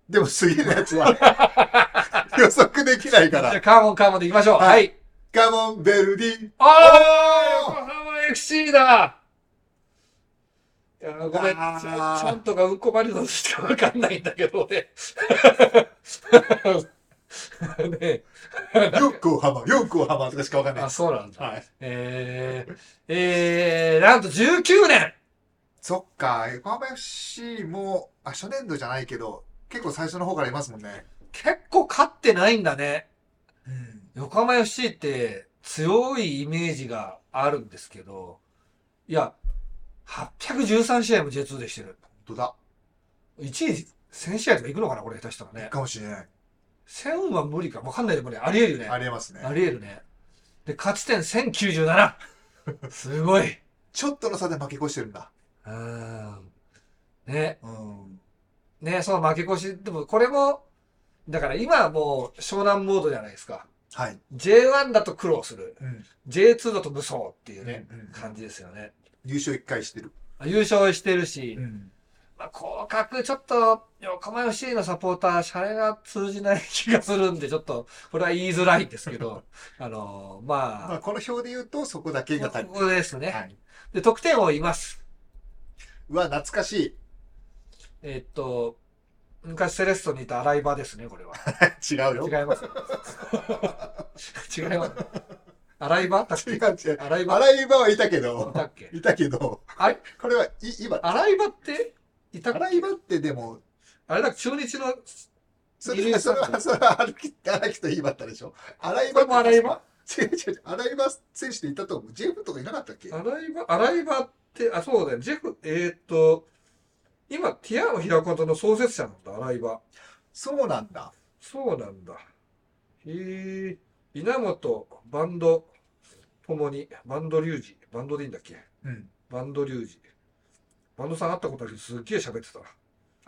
Speaker 1: でも、すげえなやつは、 予測できないか
Speaker 2: じゃあ、
Speaker 1: ら。
Speaker 2: カモンカモンで行きましょう。は。
Speaker 1: はいカモン、ベルディ。
Speaker 2: あー
Speaker 1: おー
Speaker 2: 横浜 FC だいやごめん、ち
Speaker 1: あー
Speaker 2: ゃちゃんとがうんこバリのしかわかんないんだけど、俺。 ねえ
Speaker 1: 横浜、横浜とかしかわかんない
Speaker 2: あ、。そうなんだ。
Speaker 1: はい。
Speaker 2: えー、えー、なんと19年
Speaker 1: そっか、横浜 FC も、あ、初年度じゃないけど、結構最初の方からいますもんね。
Speaker 2: 結構勝ってないんだね。
Speaker 1: うん。
Speaker 2: 横浜 FC って強いイメージがあるんですけど、いや、813試合も J2 でしてる。
Speaker 1: 本当だ。
Speaker 2: 1位1000試合とかいくのかなこれ下手したらね。
Speaker 1: かもしれない。
Speaker 2: 1000は無理か。わかんないでもね、ありえるよね。
Speaker 1: ありえますね。
Speaker 2: ありえるね。で、勝ち点1097。すごい。
Speaker 1: ちょっとの差で負け越してるんだ。
Speaker 2: うん。ね、
Speaker 1: うん。
Speaker 2: ね、その負け越し、でもこれも、だから今はもう湘南モードじゃないですか。
Speaker 1: はい。
Speaker 2: J1 だと苦労する。
Speaker 1: うん。
Speaker 2: J2 だと無双っていうね、
Speaker 1: うんうん
Speaker 2: 感じですよね。
Speaker 1: 優勝一回してる。
Speaker 2: 優勝してるし、
Speaker 1: ん。
Speaker 2: まあ、広角、ちょっと、横浜 FC のサポーター、シャレが通じない気がするんで、ちょっと、これは言いづらいんです けど、あの
Speaker 1: まあ、
Speaker 2: まあ、
Speaker 1: この表で言うと、そこだけが足り
Speaker 2: ここですね。
Speaker 1: はい。
Speaker 2: で、得点王います。
Speaker 1: うわ、懐かしい。
Speaker 2: えっと、昔セレッソにいた洗い場ですね、これは。
Speaker 1: 違うよ。
Speaker 2: 違います。違います。洗い場だっ
Speaker 1: 違う
Speaker 2: け
Speaker 1: 違う。
Speaker 2: 洗い場
Speaker 1: 洗い場はいたけど、
Speaker 2: だっけ
Speaker 1: いたけど、
Speaker 2: あれ
Speaker 1: これは、い、今、
Speaker 2: 洗い場っていたっけ
Speaker 1: 洗い場ってでも、
Speaker 2: あれだ、中日の、
Speaker 1: そ
Speaker 2: 二
Speaker 1: れ、
Speaker 2: 塁
Speaker 1: それ
Speaker 2: 三
Speaker 1: は、それは、荒木、荒木といいバッターでしょ。洗い
Speaker 2: こ
Speaker 1: 場
Speaker 2: れも洗い場
Speaker 1: 違う違う違う。洗い場選手でいたと思う。ジェフとかいなかったっけ
Speaker 2: 洗い場、洗い場って、あ、そうだよ。ジェフ、えーっと、今、ティアーノ開くことの創設者なんだ、洗い場。
Speaker 1: そうなんだ。
Speaker 2: そうなんだ。へえ、稲本、バンド、ともに、バンドリュウジ、バンドでいいんだっけ
Speaker 1: うん。
Speaker 2: バンドリュウジ。バンドさん会ったことあるけど、すっげえ喋ってた。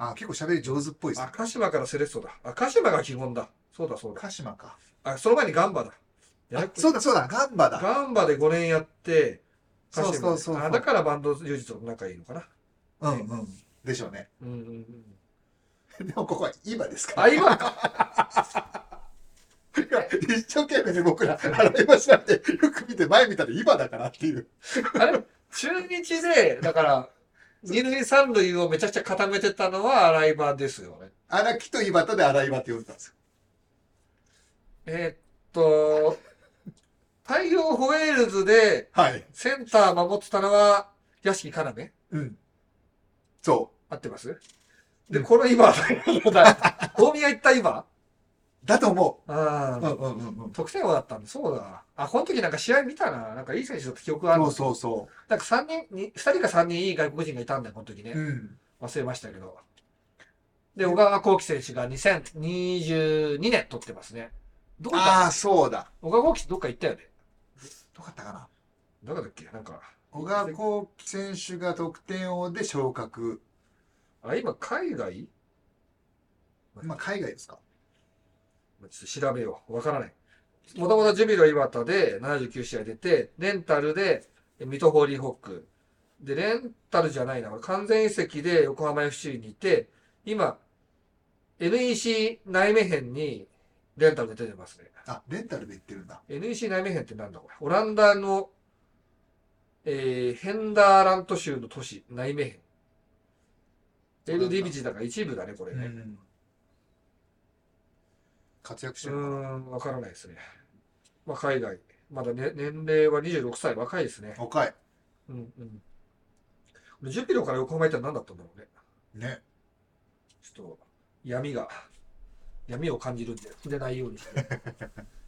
Speaker 1: あ、結構喋り上手っぽいですね。
Speaker 2: 赤島からセレッソだ。赤島が基本だ。そうだそうだ。
Speaker 1: 鹿島か。
Speaker 2: あ、その前にガンバだ。やや
Speaker 1: あ
Speaker 2: こしい
Speaker 1: そうだそうだ、ガンバだ。
Speaker 2: ガンバで5年やって、
Speaker 1: そうそうそうそう
Speaker 2: 鹿島であだからバンド友人と仲いいのか
Speaker 1: う
Speaker 2: な。
Speaker 1: んうん。でしょうね。
Speaker 2: うんうんうん。
Speaker 1: でもここは今ですから。
Speaker 2: あ、今 か。
Speaker 1: 一生懸命ね、僕ら、洗い場調べて、よく見て、前見たら今だからっていう。
Speaker 2: あれ、中日で、だから、二塁三塁をめちゃくちゃ固めてたのは洗い場ですよね。
Speaker 1: 荒木と井端で洗い場って呼んだんですよ。
Speaker 2: えーっと、太陽ホエールズで
Speaker 1: はい。
Speaker 2: センター守ってたのは屋敷要
Speaker 1: うん。そ
Speaker 2: 合ってますで、この今、 だ大宮行った今
Speaker 1: う。だと思
Speaker 2: あ
Speaker 1: う。う
Speaker 2: あ、
Speaker 1: んうんうんうん。
Speaker 2: 得点王だったんで、そうだ。あ、この時なんか試合見たな。なんかいい選手だった記憶がある
Speaker 1: そ。うそうそ
Speaker 2: なんか三人、に二人か三人いい外国人がいたんだよ、この時ね
Speaker 1: う。。うん。
Speaker 2: 忘れましたけど。で、小川幸輝選手が2022年取ってますね。どこ行った
Speaker 1: ああ、そうだ。
Speaker 2: 小川幸輝どっか行ったよね。
Speaker 1: どうだったかな。
Speaker 2: どこだっけなんか。
Speaker 1: 小川幸輝選手が得点王で昇格。
Speaker 2: あ、今海外
Speaker 1: まあ、海外ですか。
Speaker 2: ちょっと調べよう。わからない。もともとジュビロ磐田で79試合出て、レンタルで水戸ホーリーホック。で、レンタルじゃないな。完全移籍で横浜 FC にいて、今、NEC 内目編にレンタルで出てますね。
Speaker 1: あ、レンタルで行ってるんだ。
Speaker 2: NEC 内面編ってなんだこれ。オランダの、えー、ヘンダーラント州の都市、内面編。
Speaker 1: そうなんだ
Speaker 2: LDBG だから一部だね、これ
Speaker 1: う
Speaker 2: ね。
Speaker 1: ん。活躍し
Speaker 2: う
Speaker 1: て
Speaker 2: ー
Speaker 1: るのか
Speaker 2: ん、わからないですね。まあ、海外。まだね、年齢は26歳、若いですね
Speaker 1: な。。若い。
Speaker 2: うん、うん。ジュピロから横浜行ったら何だったんだろうね。
Speaker 1: ね。
Speaker 2: ちょっと、闇が、闇を感じるんで、触れないように して。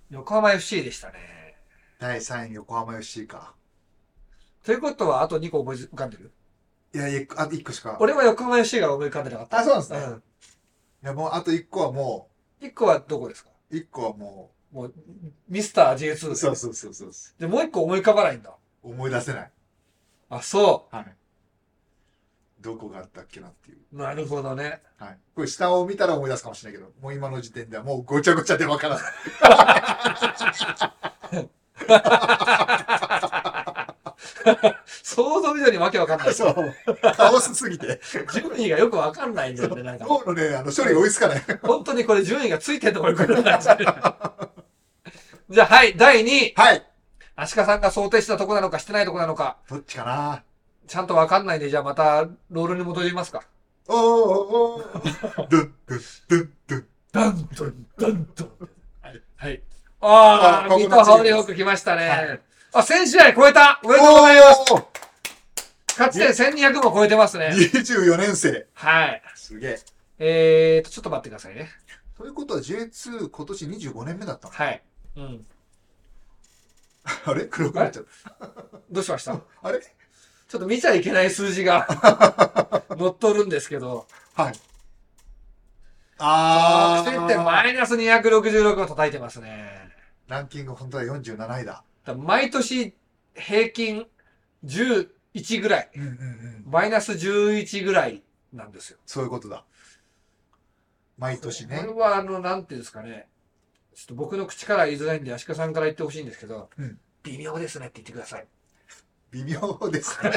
Speaker 2: 横浜 FC でしたね。
Speaker 1: 第3位、横浜 FC か。
Speaker 2: ということは、あと2個思い浮かんでる
Speaker 1: いや、いあと1個しか。
Speaker 2: 俺は横浜 FC が思い浮かんでなかった。
Speaker 1: あそうなんですね
Speaker 2: ん
Speaker 1: いや、もう、あと1個はも
Speaker 2: 一個はどこですか
Speaker 1: う、1個はも
Speaker 2: もう、ミスター J2
Speaker 1: う、
Speaker 2: で。
Speaker 1: そうそうそうそう。
Speaker 2: で、もう一個思い浮かばないんだ。
Speaker 1: 思い出せない。
Speaker 2: あ、そ
Speaker 1: はい。どこがあったっけなっていう。
Speaker 2: う。なるほどね。
Speaker 1: はい。これ下を見たら思い出すかもしれないけど、もう今の時点ではもうごちゃごちゃでわからない。
Speaker 2: 想像以上にわけわかんな い。
Speaker 1: そう。カオスすぎて。
Speaker 2: 順位がよくわかんないんだよね、なんか。
Speaker 1: 脳のね、あの、処理が追いつかない。
Speaker 2: 本当にこれ順位がついてんのかよくわかんない。 じゃあ、はい、第2位。
Speaker 1: はい。
Speaker 2: アシカさんが想定したとこなのかしてないとこなのか。
Speaker 1: どっちかな
Speaker 2: ちゃんとわかんないんで、じゃあまた、ロールに戻りますか。
Speaker 1: おおおおドゥンドゥンドゥンドゥン。
Speaker 2: ダンドン、ダンドン。
Speaker 1: はい。
Speaker 2: はい。あ
Speaker 1: あ
Speaker 2: あ、
Speaker 1: ここ
Speaker 2: ミ
Speaker 1: の
Speaker 2: トハオ
Speaker 1: チ
Speaker 2: リ
Speaker 1: ームで
Speaker 2: ホッ
Speaker 1: す
Speaker 2: ク来ました
Speaker 1: は
Speaker 2: ね。あ、1000試合超えたおめでとうございます
Speaker 1: おお
Speaker 2: 勝ち点1200も超えてますね。
Speaker 1: !24 年生。
Speaker 2: はい。
Speaker 1: すげえ。
Speaker 2: えーと、ちょっと待ってくださいね。
Speaker 1: ということは J2 今年25年目だったの
Speaker 2: はい。うん。
Speaker 1: あれ黒くなっちゃっ
Speaker 2: どうしましたち
Speaker 1: た。あれ
Speaker 2: ょっと見ちゃいけない数字が 載っとるんですけど、
Speaker 1: はい。あ
Speaker 2: 得点点
Speaker 1: ー。
Speaker 2: マイナス266を叩いてますね。
Speaker 1: ランキング本当は47位だ。
Speaker 2: だから毎年平均11ぐらい、
Speaker 1: うんうんうん。
Speaker 2: マイナス11ぐらいなんですよ。
Speaker 1: そういうことだ。毎年ね
Speaker 2: これ。は、あの、なんていうんですかね。ちょっと僕の口からは言いづらいんで、足利さんから言ってほしいんですけど、
Speaker 1: うん
Speaker 2: 微妙ですねって言ってください。
Speaker 1: 微妙ですね。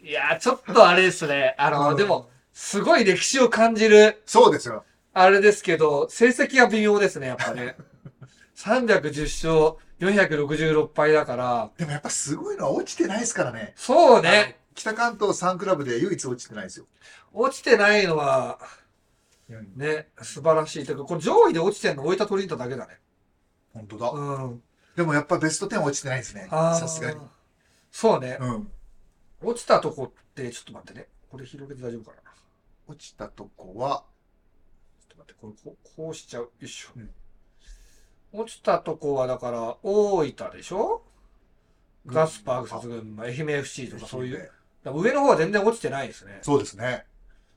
Speaker 2: いやー、ちょっとあれですね。あの、
Speaker 1: うん
Speaker 2: でも、すごい歴史を感じる、
Speaker 1: そうですよ。
Speaker 2: あれですけど、成績は微妙ですね、やっ ぱね。310勝466敗だから、
Speaker 1: でもやっぱすごいのは落ちてないですからね。
Speaker 2: そうね。
Speaker 1: 北関東3クラブで唯一落ちてないですよ。
Speaker 2: 落ちてないのは、ね、素晴らしい。てか、これ上位で落ちてんの大分トリントだけだね。
Speaker 1: 本当だ。
Speaker 2: うん。
Speaker 1: でもやっぱベスト10落ちてないですね。
Speaker 2: あー
Speaker 1: さすがに。。
Speaker 2: そうね。
Speaker 1: うん。
Speaker 2: 落ちたとこって、ちょっと待ってね。これ広げて大丈夫かな。ちょ
Speaker 1: 落ちたとこは、
Speaker 2: っと待って、これこう、こうしちゃう。よいしょ。
Speaker 1: うん
Speaker 2: 落ちたとこは、だから、大分でしょガスパーク殺群馬、愛媛 FC とかそういう。だ。から上の方は全然落ちてないですね。
Speaker 1: そうですね。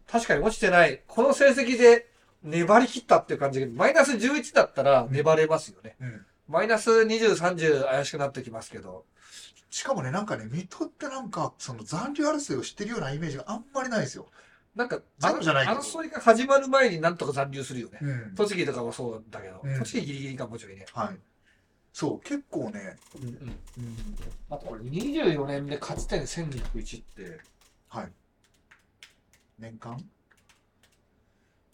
Speaker 2: 確かに落ちてない。この成績で粘り切ったっていう感じで、マイナス11だったら粘れますよね。
Speaker 1: うん。
Speaker 2: マイナス20、30怪しくなってきますけど。
Speaker 1: しかもね、なんかね、水戸ってなんか、その残留争いを知ってるようなイメージがあんまりないですよ。
Speaker 2: なんか、
Speaker 1: ゼロじゃないけど
Speaker 2: 争いが始まる前になんとか残留するよね。
Speaker 1: うん。
Speaker 2: 栃木とかもそうだけど、
Speaker 1: うん
Speaker 2: 栃木ギリギリかもちろんね。
Speaker 1: はい。そう、結構ね、うん、
Speaker 2: あとこれ24年で勝ち点1201って、
Speaker 1: はい。年間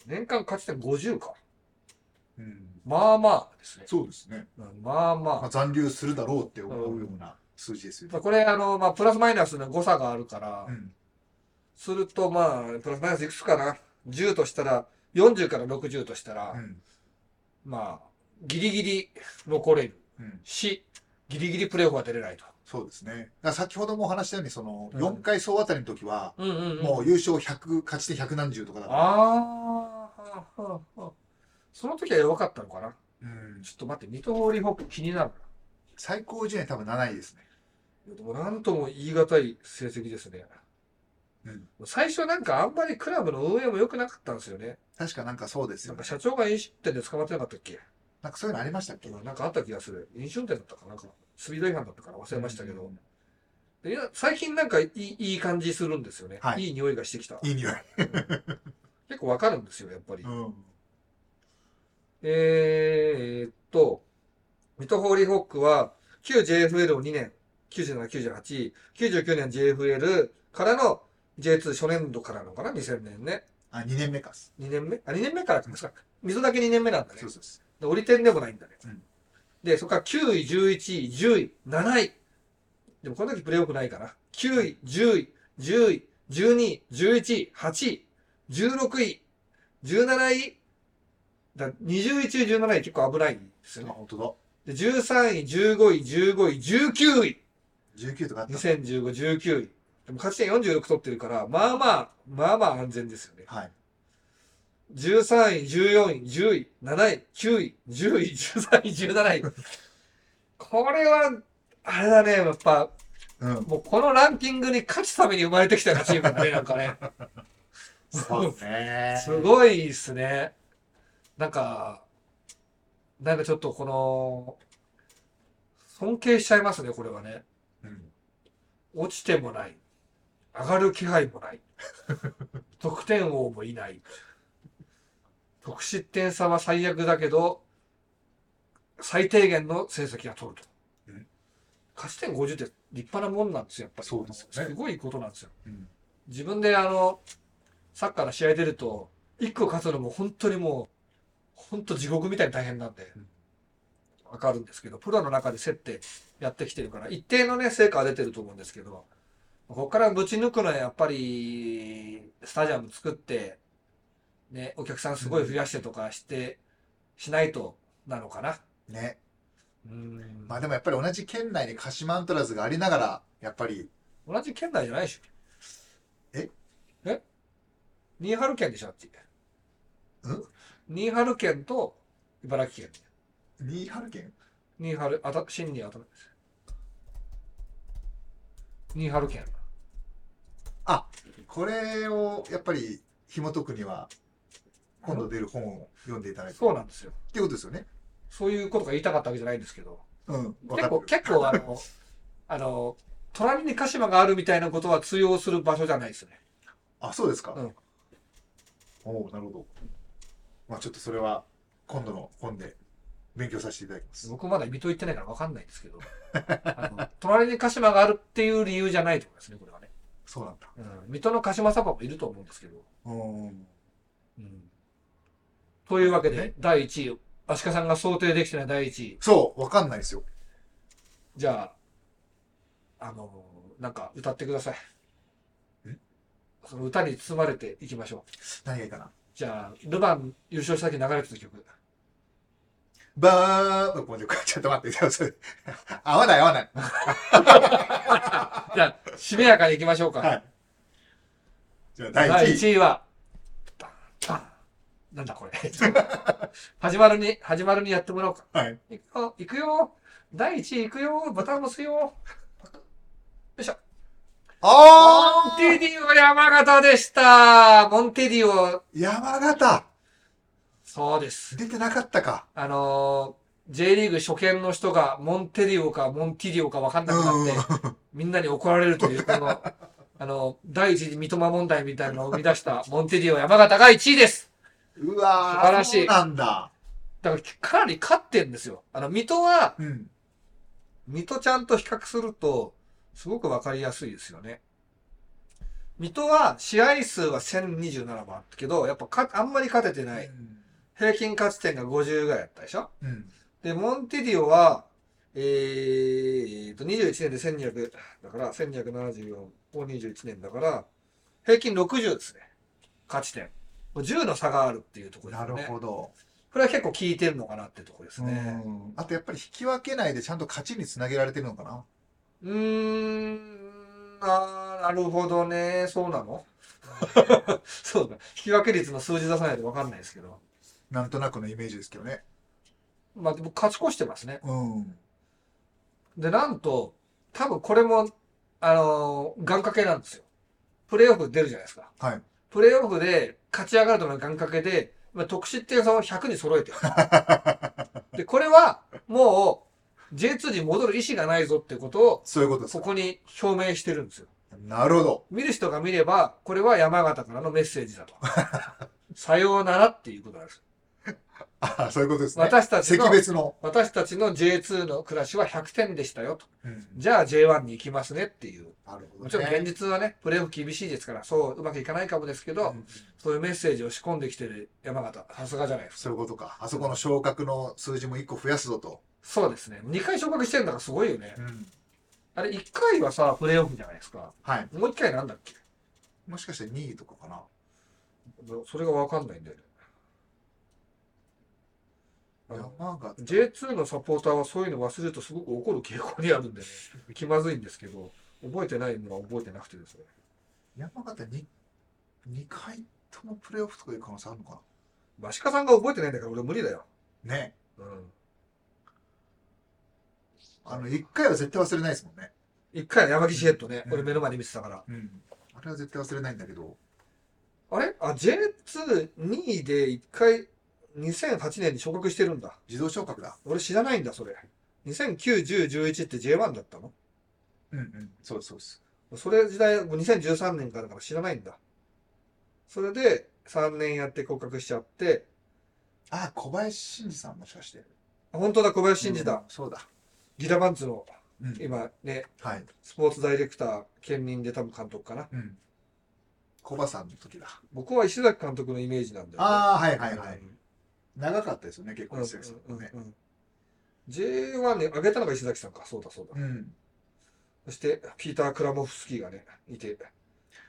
Speaker 2: 年間勝ち点50か。
Speaker 1: うん。
Speaker 2: まあまあですね。
Speaker 1: そうですね。
Speaker 2: うんまあまあ
Speaker 1: まあ、。残留するだろうって思うような数字ですよ
Speaker 2: まあ
Speaker 1: ね。
Speaker 2: これ、あの、まあ、プラスマイナスの誤差があるから、
Speaker 1: うん。
Speaker 2: すると、まあ、プラスマイナスいくつかな ?10 としたら、40から60としたら、
Speaker 1: うん。
Speaker 2: まあ、ギリギリ残れる
Speaker 1: うん。
Speaker 2: し、ギリギリプレーオフは出れないと。
Speaker 1: そうですね。だから先ほどもお話したように、その、
Speaker 2: うん
Speaker 1: 4回総当たりの時は、
Speaker 2: うんうん、うん。
Speaker 1: もう優勝100、勝ち点100何十とかだから。
Speaker 2: ああ、はあはあその時は弱かったのかな
Speaker 1: うん
Speaker 2: ちょっと待って、水戸リホップ気になるな。
Speaker 1: 最高順位多分7位ですね。
Speaker 2: でもなんとも言い難い成績ですね。
Speaker 1: うん
Speaker 2: 最初なんかあんまりクラブの運営も良くなかったんですよね。
Speaker 1: 確かなんかそうです
Speaker 2: な
Speaker 1: よ
Speaker 2: んか
Speaker 1: ね。
Speaker 2: 社長が飲酒店で捕まってなかったっけ
Speaker 1: なんかそういうのありましたっけ
Speaker 2: なんかあった気がする。飲酒運転だったかなんか、スピード違反だったから忘れましたけど。
Speaker 1: うん
Speaker 2: でいや最近なんかいいいい感じするんですよね。
Speaker 1: はい
Speaker 2: いい匂いがしてきた。
Speaker 1: いい匂い。
Speaker 2: 結構わかるんですよ、やっぱり。
Speaker 1: うん。
Speaker 2: えーっと、水戸ホーリーホックは、旧 JFL を2年、97、98、99年 JFL からの J2 初年度からのかな、2000年ね。
Speaker 1: あ、2年目かっす。
Speaker 2: 2年目あ、2年目からか。そうか水戸だけ2年目なんだね
Speaker 1: そう。そうそう。
Speaker 2: で、折り点でもないんだね。
Speaker 1: うん
Speaker 2: で、そこから9位、11位、10位、7位。でもこの時プレイオフないかな。9位、10位、10位、12位、11位、8位、16位、17位。だ20位中17位結構危ないんですよ
Speaker 1: あ、
Speaker 2: ね。
Speaker 1: 本当だ。
Speaker 2: で、13位、15位、15位、19位。
Speaker 1: 19とかあった。
Speaker 2: 2015、19位。でも勝ち点46取ってるから、まあまあ、まあまあ安全ですよね。
Speaker 1: はい。
Speaker 2: 13位、14位、10位、7位、9位、10位、13位、17位。これは、あれだね、やっぱ、
Speaker 1: うん。
Speaker 2: もうこのランキングに勝つために生まれてきたようなチームだね、なんかね。
Speaker 1: そうです ね。
Speaker 2: すごいっすね。なんか、なんかちょっとこの、尊敬しちゃいますね、これはね。
Speaker 1: うん
Speaker 2: 落ちてもない。上がる気配 もない。得点王もいない。得失点差は最悪だけど、最低限の成績が取ると
Speaker 1: うん。
Speaker 2: 勝ち点50って立派なもんなんですよ、やっぱり。
Speaker 1: そうですよね
Speaker 2: すごいことなんですよ。
Speaker 1: うん
Speaker 2: 自分であの、サッカーの試合出ると、一個勝つのも本当にもう、本当地獄みたいに大変なんで
Speaker 1: うん、
Speaker 2: わかるんですけど、プロの中で競ってやってきてるから、一定のね、成果は出てると思うんですけど、ここからぶち抜くのはやっぱり、スタジアム作って、ね、お客さんすごい増やしてとかして、しないとなのかな。
Speaker 1: ね。
Speaker 2: うん
Speaker 1: まあでもやっぱり同じ県内に鹿島アントラーズがありながら、やっぱり、
Speaker 2: 同じ県内じゃないでしょ。
Speaker 1: え
Speaker 2: え新春県でしょ、あっち。
Speaker 1: ん
Speaker 2: 新春県と茨城県。
Speaker 1: 新春県
Speaker 2: 新春、あた、新にあた新春県。
Speaker 1: これを、やっぱり、紐解くには、今度出る本を読んでいただいて、
Speaker 2: そうなんですよ。
Speaker 1: っていうことですよね。
Speaker 2: そういうことが言いたかったわけじゃないんですけど、
Speaker 1: うん。わかって
Speaker 2: 結構、
Speaker 1: る。
Speaker 2: 結構あの、 あの、隣に鹿島があるみたいなことは通用する場所じゃないですね。
Speaker 1: あ、そうですか。
Speaker 2: うん
Speaker 1: おおなるほど。まあちょっとそれは今度の本で勉強させていただきます。
Speaker 2: 僕まだ水戸行ってないから分かんないんですけど、あの隣に鹿島があるっていう理由じゃないと思いますね、これはね。
Speaker 1: そうなんだ。
Speaker 2: うん、水戸の鹿島サパもいると思うんですけど。
Speaker 1: うん。
Speaker 2: うん、というわけで、第1位、足利さんが想定できてない第1位、
Speaker 1: そう、わかんないですよ。
Speaker 2: じゃあ、あの、なんか歌ってください。
Speaker 1: え
Speaker 2: その歌に包まれていきましょう。
Speaker 1: 何がいいかな。
Speaker 2: じゃあ、ルヴァン優勝した時に流れてた曲。
Speaker 1: バー、ごめんなさいちょっと待って、 それ合わない合わない。
Speaker 2: じゃあ、しめやかにいきましょうか。
Speaker 1: はい。じゃあ第
Speaker 2: 第
Speaker 1: 1位。
Speaker 2: 1位は、バンバンなんだこれ。 始まるに、始まるにやってもらおうか。
Speaker 1: はい。
Speaker 2: いくよ、いくよ。第1位いくよ。ボタン押すよ。よいしょ。
Speaker 1: あ
Speaker 2: モンテディオ山形でした。モンテディオ、
Speaker 1: ー山形
Speaker 2: そうです。
Speaker 1: 出てなかったか。
Speaker 2: あのー J リーグ初見の人がモンテディオかモンテディオかわかんなくなって、みんなに怒られるという、この、あの、第一次三笘問題みたいなのを生み出したモンテディオ山形が1位です。
Speaker 1: うわー
Speaker 2: 素晴らしい
Speaker 1: そうなんだ。
Speaker 2: だからかなり勝ってんですよ。あの、水戸は、
Speaker 1: うん。
Speaker 2: 水戸ちゃんと比較すると、すごくわかりやすいですよね。水戸は試合数は1027もあったけど、やっぱかあんまり勝ててない。平均勝ち点が50ぐらいだったでしょ
Speaker 1: うん。
Speaker 2: で、モンテディオは、えーと、21年で1200、だから1274を21年だから、平均60ですね。勝ち点。もう10の差があるっていうところです
Speaker 1: な
Speaker 2: ね。
Speaker 1: るほど。
Speaker 2: これは結構効いてるのかなってところですね。
Speaker 1: うんあとやっぱり引き分けないでちゃんと勝ちにつなげられてるのかな。
Speaker 2: うーん、あーなるほどね。そうな のそうだ。引き分け率の数字出さないとわかんないですけど。
Speaker 1: なんとなくのイメージですけどね。
Speaker 2: まあ、でも勝ち越してますね。
Speaker 1: うん。
Speaker 2: で、なんと、多分これも、あのー願掛けなんですよ。プレイオフ出るじゃないですか。
Speaker 1: はい。
Speaker 2: プレイオフで勝ち上がるための願掛けで、まあ、得失点差を100に揃え てる。で、これは、もう、J2 に戻る意思がないぞってことを、
Speaker 1: そういうことです
Speaker 2: こ。こに表明してるんですよ。
Speaker 1: なるほど。
Speaker 2: 見る人が見れば、これは山形からのメッセージ だと。さようならっていうことなんです。
Speaker 1: あそういうことですね。
Speaker 2: 私たち
Speaker 1: 席
Speaker 2: の、
Speaker 1: 別の。
Speaker 2: 私たちの J2 の暮らしは100点でしたよと。
Speaker 1: うん
Speaker 2: じゃあ J1 に行きますねっていう。
Speaker 1: なるほ
Speaker 2: もち
Speaker 1: ど
Speaker 2: ろん
Speaker 1: ね。
Speaker 2: 現実はね、プレーオフ厳しいですから、そううまくいかないかもですけど、
Speaker 1: うん
Speaker 2: そういうメッセージを仕込んできてる山形、さすがじゃないですか。
Speaker 1: そういうことか。あそこの昇格の数字も1個増やすぞと。
Speaker 2: そうですね。2回昇格してるんだからすごいよね。
Speaker 1: うん
Speaker 2: あれ、1回はさ、プレーオフじゃないですか。
Speaker 1: はい。
Speaker 2: もう1回なんだっけ
Speaker 1: もしかして2位とかかな。
Speaker 2: それがわかんないんだよね。あの
Speaker 1: 山形。
Speaker 2: J2 のサポーターはそういうの忘れるとすごく怒る傾向にあるんでね、気まずいんですけど、覚えてないのは覚えてなくてですね。
Speaker 1: 山形に2回ともプレーオフとかいう可能性あるのか
Speaker 2: マシカさんが覚えてないんだから俺無理だよ。
Speaker 1: な。ね。
Speaker 2: うん。
Speaker 1: あの、1回は絶対忘れないですもんね。
Speaker 2: 一回の山岸ヘッドね、
Speaker 1: うん
Speaker 2: 俺目の前で見てたから。
Speaker 1: うん。あれは絶対忘れないんだけど。
Speaker 2: あれあ、J22 位で一回、2008年に昇格してるんだ。
Speaker 1: 自動昇格だ。
Speaker 2: 俺知らないんだ、それ。2009、10、11って J1 だったの
Speaker 1: うんうん。そうです、そうです。
Speaker 2: それ時代、もう2013年からだから知らないんだ。それで、3年やって降格しちゃって、
Speaker 1: あ、小林慎二さんもしかして。
Speaker 2: 本当だ、小林真二だ。
Speaker 1: うんそうだ。
Speaker 2: ギタバンツの、
Speaker 1: うん
Speaker 2: 今ね、
Speaker 1: はい。
Speaker 2: スポーツダイレクター、兼任で多分監督かな。
Speaker 1: うん。小バさんの時だ。
Speaker 2: 僕は石崎監督のイメージなんだよ、ね。
Speaker 1: ああ、はいはい
Speaker 2: うん
Speaker 1: はい。長かったですよね、結
Speaker 2: う
Speaker 1: 構
Speaker 2: ん
Speaker 1: 石崎さんもね。
Speaker 2: うんうん J1 に上げたのが石崎さんか。そうだそうだ。
Speaker 1: うん。
Speaker 2: そして、ピーター・クラモフスキーがね、いて。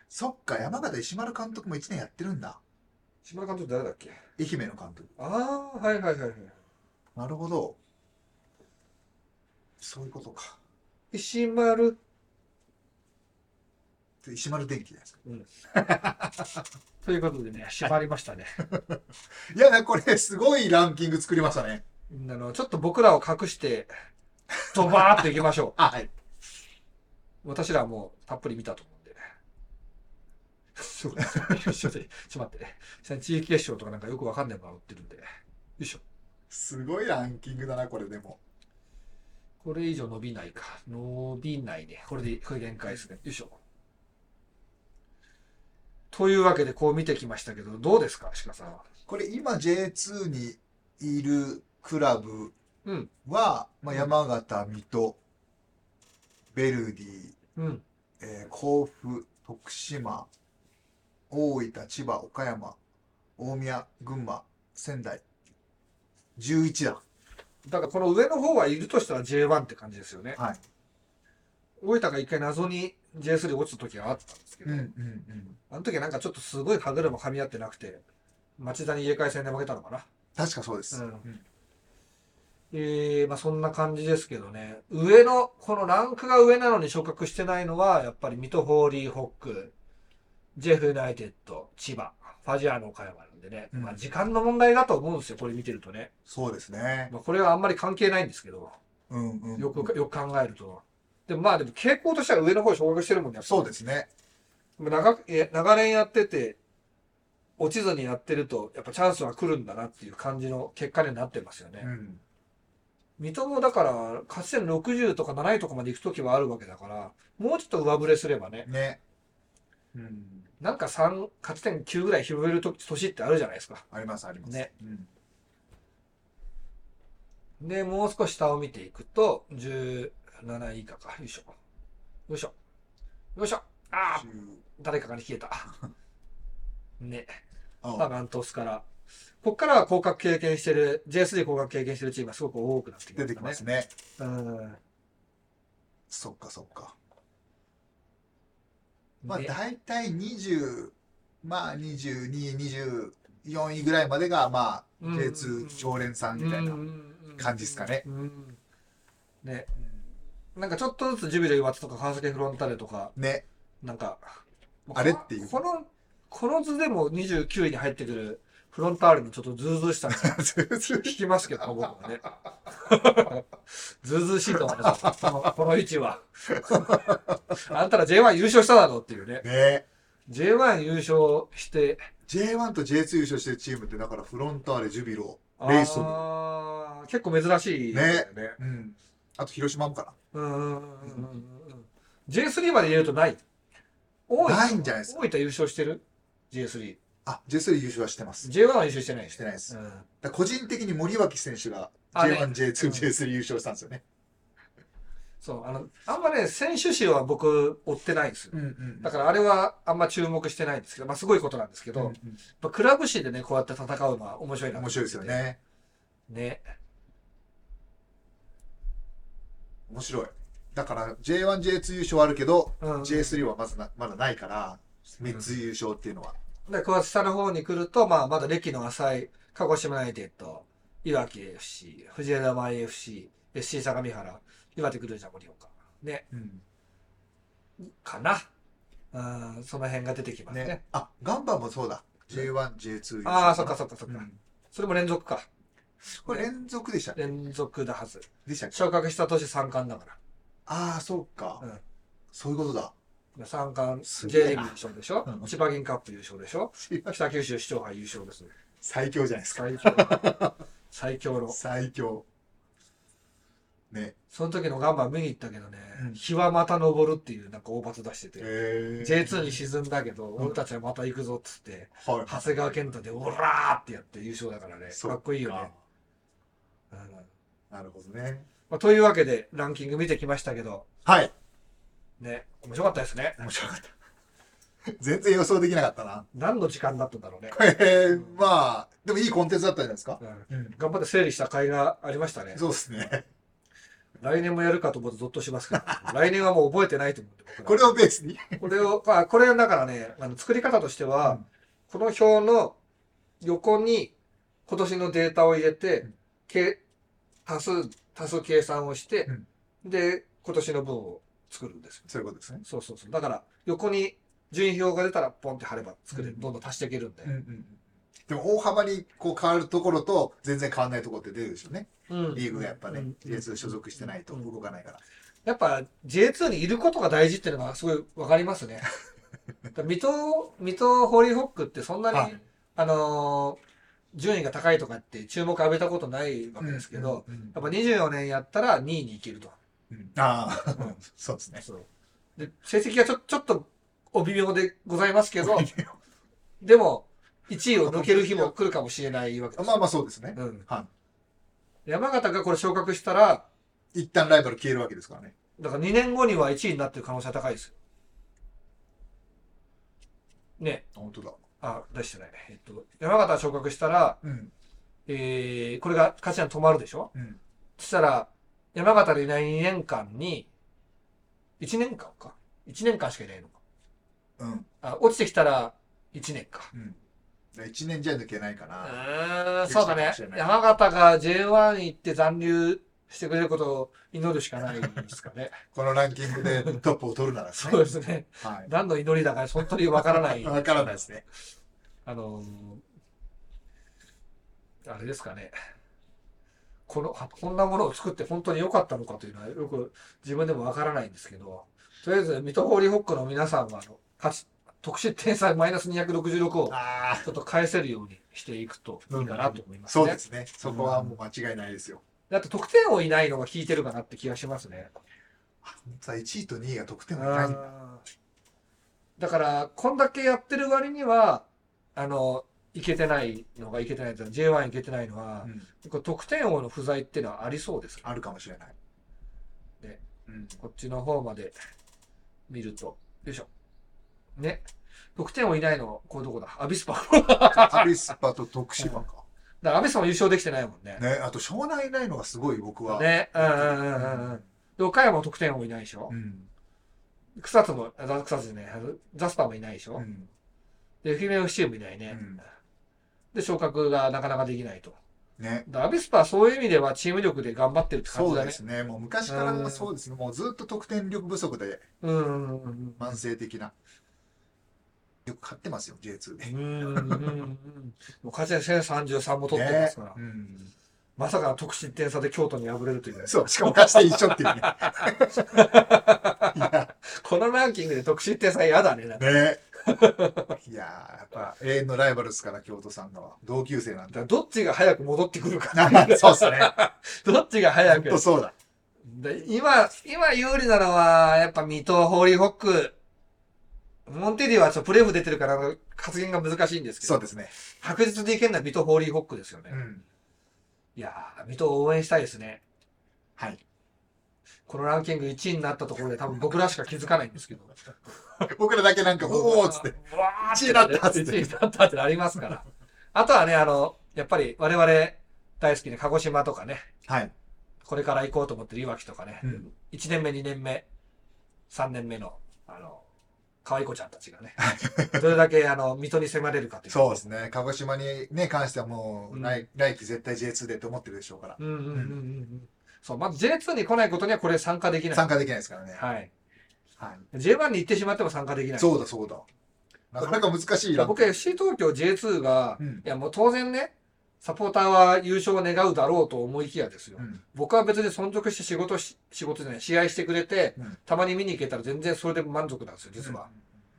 Speaker 1: そっか、山形石丸監督も1年やってるんだ。
Speaker 2: 島田監督誰だっけ
Speaker 1: 愛媛の監督。
Speaker 2: ああ、はいはいはいはい。
Speaker 1: なるほど。そういうことか。
Speaker 2: 石丸、
Speaker 1: で石丸電気ですか。
Speaker 2: ということでね、縛りましたね。
Speaker 1: いや、なこれ、すごいランキング作りましたね。
Speaker 2: あの、ちょっと僕らを隠して、ドバーっといきましょ
Speaker 1: あ、はい。
Speaker 2: う。 私らはもうたっぷり見たと思うんで。そうです。ちょっと待ってね。地域決勝とかなんかよくわかんないのが売ってるんで。よいしょ。
Speaker 1: すごいランキングだな、これでも。
Speaker 2: これ以上伸びないか。伸びないね。これで、これ限界ですね。よいしょ。というわけで、こう見てきましたけど、どうですか、鹿さんは。
Speaker 1: これ今 J2 にいるクラブ
Speaker 2: うん
Speaker 1: は、まあ、山形、水戸、ベルディ、
Speaker 2: うん。
Speaker 1: えー甲府、徳島、大分、千葉、岡山、大宮、群馬、仙台、11だ。
Speaker 2: だからこの上の方はいるとしたら J1 って感じですよね。
Speaker 1: はい。
Speaker 2: 大分が一回謎に J3 に落ちた時があったんですけど、
Speaker 1: うんうんうん。
Speaker 2: あの時はなんかちょっとすごい歯車噛み合ってなくて、町田に入れ替え戦で負けたのかな。
Speaker 1: 確かそうです。
Speaker 2: うん
Speaker 1: ん
Speaker 2: えー、まあそんな感じですけどね。上の、このランクが上なのに昇格してないのは、やっぱり水戸ホーリーホック、ジェフユナイテッド、千葉、ファジアーノ岡山なんでね。
Speaker 1: うん
Speaker 2: まあ時間の問題だと思うんですよ、これ見てるとね。
Speaker 1: そうですね。
Speaker 2: まあこれはあんまり関係ないんですけど。
Speaker 1: うんうん。
Speaker 2: よくか、よく考えると。でもまあでも傾向としては上の方に昇格してるもんね。。
Speaker 1: そうですすね。
Speaker 2: 長く、え長年やってて、落ちずにやってると、やっぱチャンスは来るんだなっていう感じの結果になってますよね。
Speaker 1: うん。
Speaker 2: 水戸もだから、勝ち点60とか7位とかまで行くときはあるわけだから、もうちょっと上振れすればね、
Speaker 1: ね。うん。
Speaker 2: なんか3、勝ち点9ぐらい広げると年ってあるじゃないですか。
Speaker 1: ありますあります。
Speaker 2: ね。
Speaker 1: うん。
Speaker 2: で、もう少し下を見ていくと、17位以下か。よいしょ。よいしょ。よいしょ。ああ、誰かが消えた。 ね。まあ、
Speaker 1: あ
Speaker 2: ガントスから。ここからは降格経験してる、J3 降格経験してるチームがすごく多くなってき
Speaker 1: 出
Speaker 2: ます
Speaker 1: てきますね。
Speaker 2: うん。
Speaker 1: そっかそっか。まあ
Speaker 2: で
Speaker 1: 大体20、まあ22、24位ぐらいまでがまあ
Speaker 2: うん
Speaker 1: J2 常連さんみたいな。感じっすかね。
Speaker 2: うんうんね。なんかちょっとずつジュビロ磐田とか川崎フロンターレとか、
Speaker 1: ね。
Speaker 2: なんか、
Speaker 1: あれっていう
Speaker 2: この、この図でも29位に入ってくるフロンターレのちょっとズーズーしたのが聞きますけど、僕もね。 ずうずうしいと思います。このこの位置は。 あんたら J1 優勝しただろうっていうね。
Speaker 1: ね。
Speaker 2: J1 優勝して、
Speaker 1: J1 と J2 優勝してるチームってだからフロンターレ、ジュビロ、
Speaker 2: あ
Speaker 1: レイソル
Speaker 2: ー結構珍しいですよね。
Speaker 1: うん。あと広島もか
Speaker 2: うんうんうんうんうん。J3 まで入れるとない。大
Speaker 1: な。
Speaker 2: 分
Speaker 1: ないんじゃないですか。
Speaker 2: 大分優勝してる ?J3。
Speaker 1: あ、J3 優勝はしてます。
Speaker 2: J1 は優勝してないで
Speaker 1: し
Speaker 2: す
Speaker 1: てな
Speaker 2: ね。
Speaker 1: いです。だか
Speaker 2: うん
Speaker 1: ら個人的に森脇選手が
Speaker 2: あね
Speaker 1: J1、J2、J3 優勝したんですよね。
Speaker 2: そう、あの、あんまね、選手史は僕追ってないんですよ。
Speaker 1: うんうん
Speaker 2: だからあれはあんま注目してないんですけど、まあすごいことなんですけど、
Speaker 1: うん
Speaker 2: やっぱクラブ誌でね、こうやって戦うのは面白い
Speaker 1: うん
Speaker 2: なと思
Speaker 1: 面
Speaker 2: ってて
Speaker 1: 白いですよ。ね。
Speaker 2: ね。
Speaker 1: 面白い。だから J1、J2 優勝はあるけど、
Speaker 2: うん
Speaker 1: J3 はまずなまだないから、3つ優勝っていうのは。
Speaker 2: で、こう下の方に来ると、まあ、まだ歴の浅い、鹿児島ナイテッド、いわき FC、藤枝前 FC、SC 相模原、岩手クルージャー盛岡。ね、
Speaker 1: うん
Speaker 2: かな。うん、その辺が出てきますね。
Speaker 1: ね。あ、ガンバもそうだ。J1、J2 優勝。
Speaker 2: ああ、そっかそっかそっか。
Speaker 1: うん
Speaker 2: それも連続か。
Speaker 1: これ連続でしたっけ
Speaker 2: 連続だはず。
Speaker 1: でしたっけ
Speaker 2: 昇格した年3冠だから。
Speaker 1: ああ、そうか
Speaker 2: うん。
Speaker 1: そういうことだ。
Speaker 2: 3冠、
Speaker 1: す
Speaker 2: J
Speaker 1: げ
Speaker 2: リ
Speaker 1: え
Speaker 2: ーグ
Speaker 1: な
Speaker 2: 優勝でしょ、
Speaker 1: うん
Speaker 2: 千葉銀カップ優勝でしょ北九州市長杯優勝ですね。
Speaker 1: 最強じゃないですか。
Speaker 2: 最強。最強の。
Speaker 1: 最強。ね。
Speaker 2: その時のガンバ見に行ったけどね、
Speaker 1: うん
Speaker 2: 日はまた昇るっていうなんか大罰出してて、
Speaker 1: え
Speaker 2: J2 に沈んだけど、
Speaker 1: ん
Speaker 2: 俺たちはまた行くぞっつって、
Speaker 1: はい。
Speaker 2: 長谷川健太でオラーってやって優勝だからね、
Speaker 1: そ
Speaker 2: かっこいいよ
Speaker 1: か
Speaker 2: ね。うん
Speaker 1: なるほどね。
Speaker 2: まあ、というわけで、ランキング見てきましたけど、
Speaker 1: はい。
Speaker 2: ね、面白かったですね。
Speaker 1: 面白かった。全然予想できなかったな。
Speaker 2: 何の時間だったんだろうね。
Speaker 1: えー、まあ、でもいいコンテンツだったんじゃないですか。
Speaker 2: うん
Speaker 1: うん。
Speaker 2: 頑張って整理した甲斐がありましたね。
Speaker 1: そうですね。
Speaker 2: 来年もやるかと思うとゾッとしますけど、来年はもう覚えてないと思うんで、僕ら
Speaker 1: これをベースに。
Speaker 2: これを、まあ、これだからね、あの作り方としては、
Speaker 1: うん
Speaker 2: この表の横に今年のデータを入れて
Speaker 1: うん、
Speaker 2: け足す、足す計算をして、
Speaker 1: うん
Speaker 2: で、今年の分を作るんですよ。
Speaker 1: そういうことですね。
Speaker 2: そうそうそう。だから、横に順位表が出たら、ポンって貼れば作れる。
Speaker 1: うん
Speaker 2: どんどん足していけるんで。
Speaker 1: うんうん。でも大幅にこう変わるところと全然変わらないところって出るでしょうね。
Speaker 2: うん
Speaker 1: リーグがやっぱね、J2 所属してないと
Speaker 2: うん
Speaker 1: 動かないから。
Speaker 2: やっぱ J2 にいることが大事っていうのがすごいわかりま すね。だから水戸、水戸ホーリーホックってそんなに、
Speaker 1: はい
Speaker 2: あのー順位が高いとかって注目浴びたことないわけですけど、やっぱ24年やったら2位に行けると。
Speaker 1: うんああ、
Speaker 2: うん
Speaker 1: そうですね。
Speaker 2: そうで成績がちょちょっとお微妙でございますけど、でも1位を抜ける日も来るかもしれないわけです。
Speaker 1: まあまあそうですね。
Speaker 2: うん
Speaker 1: は
Speaker 2: 山形がこれ昇格したら、
Speaker 1: 一旦ライバル消えるわけですからね。
Speaker 2: だから2年後には1位になってる可能性は高いですよ。ね、
Speaker 1: 本当だ。
Speaker 2: あ、出してない。えっと、山形が昇格したら、
Speaker 1: うん。
Speaker 2: えー、これが勝ちが止まるでしょ
Speaker 1: うん。
Speaker 2: そしたら、山形でいない2年間に、1年間か。1年間しかいないのか。
Speaker 1: うん。
Speaker 2: あ、落ちてきたら1年か。
Speaker 1: うん。1年じゃ抜けないか
Speaker 2: う
Speaker 1: な。
Speaker 2: ーん、そうだ
Speaker 1: 決勝か
Speaker 2: ね
Speaker 1: もしれ。ない
Speaker 2: 山形が J1 行って残留してくれることを祈るしかないですか ね。
Speaker 1: このランキングでトップを取るならです
Speaker 2: そ
Speaker 1: ね
Speaker 2: うで。すね。
Speaker 1: はい。
Speaker 2: 何の祈りだか本当にわからない。
Speaker 1: わからないですね。
Speaker 2: あのーあれですかね。この、はこんなものを作って本当に良かったのかというのはよく自分でもわからないんですけど、とりあえず、水戸ホーリーホックの皆さんは、あの、勝ち、特殊点差マイナス266を
Speaker 1: ああ、
Speaker 2: ちょっと返せるようにしていくといいかなと思います
Speaker 1: そう
Speaker 2: ね
Speaker 1: で。すね。そこはもう間違いないですよ。
Speaker 2: だって得点王いないのが効いてるかなって気がしますね。
Speaker 1: さあ、1位と2位が得点が高いんだ。
Speaker 2: だから、こんだけやってる割には、あの、いけてないのがいけてないというのは J1 いけてないのは
Speaker 1: う、ん
Speaker 2: これ得点王の不在っていうのはありそうですか
Speaker 1: あるかもしれない。
Speaker 2: ね
Speaker 1: うん。
Speaker 2: こっちの方まで見ると。よいしょ。ね。得点王いないの、これどこだアビスパ。 だか
Speaker 1: アビスパと徳島か。
Speaker 2: らアビスパも優勝できてないもんね。
Speaker 1: ね、あと湘南いないのがすごい僕は。
Speaker 2: ね。うんうんうんうんうん。で、岡山も得点王いないでしょ
Speaker 1: う。ん。
Speaker 2: 草津も、あざ草津じゃない、あのザスパもいないでしょ。
Speaker 1: うん。
Speaker 2: で、フィメオフチームいないね。
Speaker 1: うん
Speaker 2: で、昇格がなかなかできないと。
Speaker 1: ね。
Speaker 2: だからアビスパはそういう意味ではチーム力で頑張ってるって感
Speaker 1: そ
Speaker 2: じ
Speaker 1: う
Speaker 2: だ
Speaker 1: で
Speaker 2: ね。
Speaker 1: すね。もう昔からそうですね。もうずっと得点力不足で
Speaker 2: う んうんうんうん。
Speaker 1: 慢性的な。よく勝ってますよ、J2 で。
Speaker 2: うんうんうんもう勝ち点1033も取ってますから、
Speaker 1: ねうん
Speaker 2: まさかの得失点差で京都に敗れるという、
Speaker 1: そう、しかも勝ち点一緒って いうね。いや、
Speaker 2: このランキングで得失点差嫌だね、なんか
Speaker 1: ね。いや、やっぱ永遠のライバルですから、京都さんのは。同級生なん
Speaker 2: だ
Speaker 1: で
Speaker 2: からどっちが早く戻ってくるか、
Speaker 1: そうっすね。
Speaker 2: どっちが
Speaker 1: ほ
Speaker 2: 早
Speaker 1: ん
Speaker 2: く
Speaker 1: と、そうだ。
Speaker 2: で今、今有利なのは、やっぱ水戸、ホーリーホック、モンテディはちょっとプレーフ出てるから、発言が難しいんですけ
Speaker 1: そう
Speaker 2: ど、
Speaker 1: ですね。
Speaker 2: 確実にいけるのは水戸、ホーリーホックですよね。
Speaker 1: うん。
Speaker 2: いやー、水戸を応援したいですね。
Speaker 1: はい。
Speaker 2: このランキング1位になったところで多分僕らしか気づかないんですけど。
Speaker 1: 僕らだけなんか、 おおっつって。。
Speaker 2: わー
Speaker 1: 1位だったっつって
Speaker 2: 1位だったってなりますから。あとはね、あの、やっぱり我々大好きで鹿児島とかね、
Speaker 1: はい。
Speaker 2: これから行こうと思ってるいわきとかね、
Speaker 1: うん
Speaker 2: 1年目、2年目、3年目の、あの、可愛い子ちゃんたちが ね、どれだけあの、水戸に迫れるかという。
Speaker 1: そうですね。鹿児島にね、関してはもう、来来季絶対 J2 でと思ってるでしょうから。
Speaker 2: うんうんうんうんうん。そう、まず J2 に来ないことにはこれ参加できない。
Speaker 1: 参加できないですからね。
Speaker 2: はい。
Speaker 1: はい。
Speaker 2: J1 に行ってしまっても参加できない。
Speaker 1: そうだ、そうだ。なかなか難しいラン
Speaker 2: 僕 FC 東京 J2 が、
Speaker 1: うん
Speaker 2: いやもう当然ね、サポーターは優勝を願うだろうと思いきやですよ。
Speaker 1: うん
Speaker 2: 僕は別に存続して仕事し、仕事じゃない、試合してくれて、
Speaker 1: うん
Speaker 2: たまに見に行けたら全然それで満足なんですよ、実は。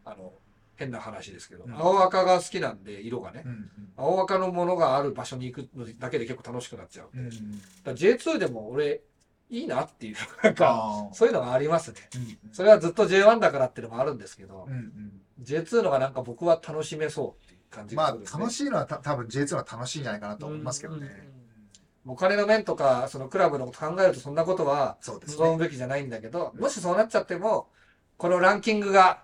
Speaker 2: あの、変な話ですけど。
Speaker 1: うん
Speaker 2: 青赤が好きなんで、色がね。
Speaker 1: うんうん
Speaker 2: 青赤のものがある場所に行くのだけで結構楽しくなっちゃう。
Speaker 1: うん。
Speaker 2: だから J2 でも俺、いいなっていう、なんか、
Speaker 1: あー
Speaker 2: そういうのがありますね。
Speaker 1: うん
Speaker 2: それはずっと J1 だからっていうのもあるんですけど
Speaker 1: う、んうん。
Speaker 2: J2 のがなんか僕は楽しめそうっていう感じが
Speaker 1: ますあ
Speaker 2: るんですね
Speaker 1: 楽しいのはた多分 J2 は楽しいんじゃないかなと思いますけど
Speaker 2: うんうん
Speaker 1: ね。
Speaker 2: お金の面とか、そのクラブのこと考えるとそんなことは
Speaker 1: そうです
Speaker 2: 望
Speaker 1: ね。
Speaker 2: むべきじゃないんだけど、もしそうなっちゃっても、このランキングが、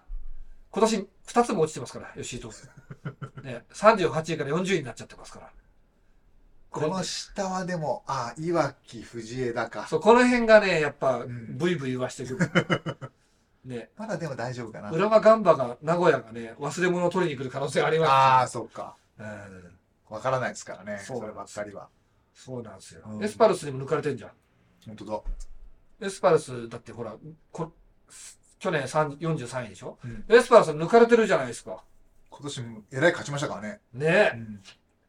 Speaker 2: 今年2つも落ちてますから、吉井投手。 ね、38位から40位になっちゃってますから。
Speaker 1: この下はでも、ああ、いわき、藤枝か。
Speaker 2: そう、この辺がね、やっぱ、
Speaker 1: ん
Speaker 2: ブイブイ言わしてくる。 ね、
Speaker 1: まだでも大丈夫かな。
Speaker 2: 浦和ガンバが、名古屋がね、忘れ物を取りに来る可能性があり
Speaker 1: あ
Speaker 2: ま
Speaker 1: あ、そっか。
Speaker 2: す。うん、
Speaker 1: わからないですからね。
Speaker 2: そう
Speaker 1: そればっかりは。
Speaker 2: そうなんですよ
Speaker 1: う。ん
Speaker 2: エスパルスにも抜かれてんじゃん。
Speaker 1: 本当だ。
Speaker 2: エスパルス、だってほら、こ去年3 43位でしょ、
Speaker 1: うん
Speaker 2: エスパルス抜かれてるじゃないですか。
Speaker 1: 今年もえらい勝ちましたからね。
Speaker 2: ね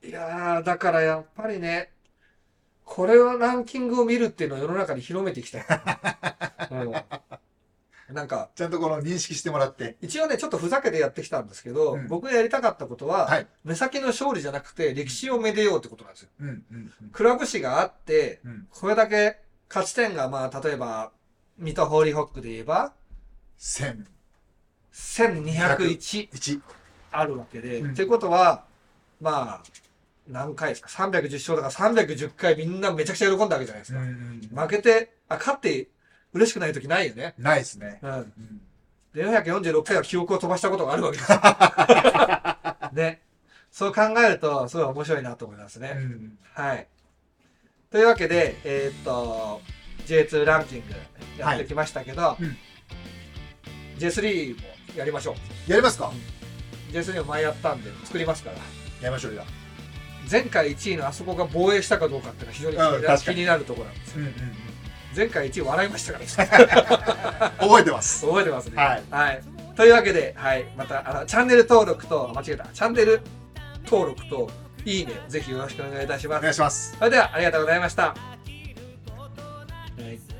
Speaker 2: え。いやー、だからやっぱりね、 これはランキングを見るっていうのを世の中に広めていきたい。うんなんか、
Speaker 1: ちゃんとこの認識してもらって。
Speaker 2: 一応ね、ちょっとふざけてやってきたんですけど、
Speaker 1: うん
Speaker 2: 僕がやりたかったことは、
Speaker 1: はい
Speaker 2: 目先の勝利じゃなくて、歴史をめでようってことなんですよ。
Speaker 1: うん、うん、
Speaker 2: クラブ史があって、
Speaker 1: うんうん。
Speaker 2: これだけ勝ち点が、まあ、例えば、水戸ホーリーホックで言えば、
Speaker 1: 千
Speaker 2: 1201
Speaker 1: 一。
Speaker 2: あるわけで、
Speaker 1: うん
Speaker 2: ってことは、まあ、何回ですか ?310 勝だから310回みんなめちゃくちゃ喜んだわけじゃないです
Speaker 1: うん
Speaker 2: か。
Speaker 1: うん
Speaker 2: 負けて、あ、勝って嬉しくない時ないよね。
Speaker 1: ないですね。
Speaker 2: うん。
Speaker 1: うん
Speaker 2: で、446回は記憶を飛ばしたことがあるわけですよ。 ね。そう考えると、すごい面白いなと思います
Speaker 1: う
Speaker 2: ね。
Speaker 1: ん
Speaker 2: はい。というわけで、えーっと、J2 ランキングやってきましたけど、
Speaker 1: いうん
Speaker 2: J3 もやりましょう。
Speaker 1: やりますか
Speaker 2: J3 も前やったんで作りますから。
Speaker 1: やりましょうよ。
Speaker 2: 前回1位のあそこが防衛したかどうかっていうのは非常に気
Speaker 1: う
Speaker 2: に
Speaker 1: ん
Speaker 2: な
Speaker 1: 確か
Speaker 2: 気
Speaker 1: に
Speaker 2: になるところなんですよ。
Speaker 1: う んうんうん。
Speaker 2: 前回1位笑いましたからね。
Speaker 1: 覚えてます。
Speaker 2: 覚えてますね。
Speaker 1: はい
Speaker 2: というわけで、はい、またあのチャンネル登録と、間違えた、チャンネル登録と、いいね、ぜひよろしくお願いいたし
Speaker 1: お
Speaker 2: ます。
Speaker 1: 願いします。
Speaker 2: それでは、ありがとうございました。はい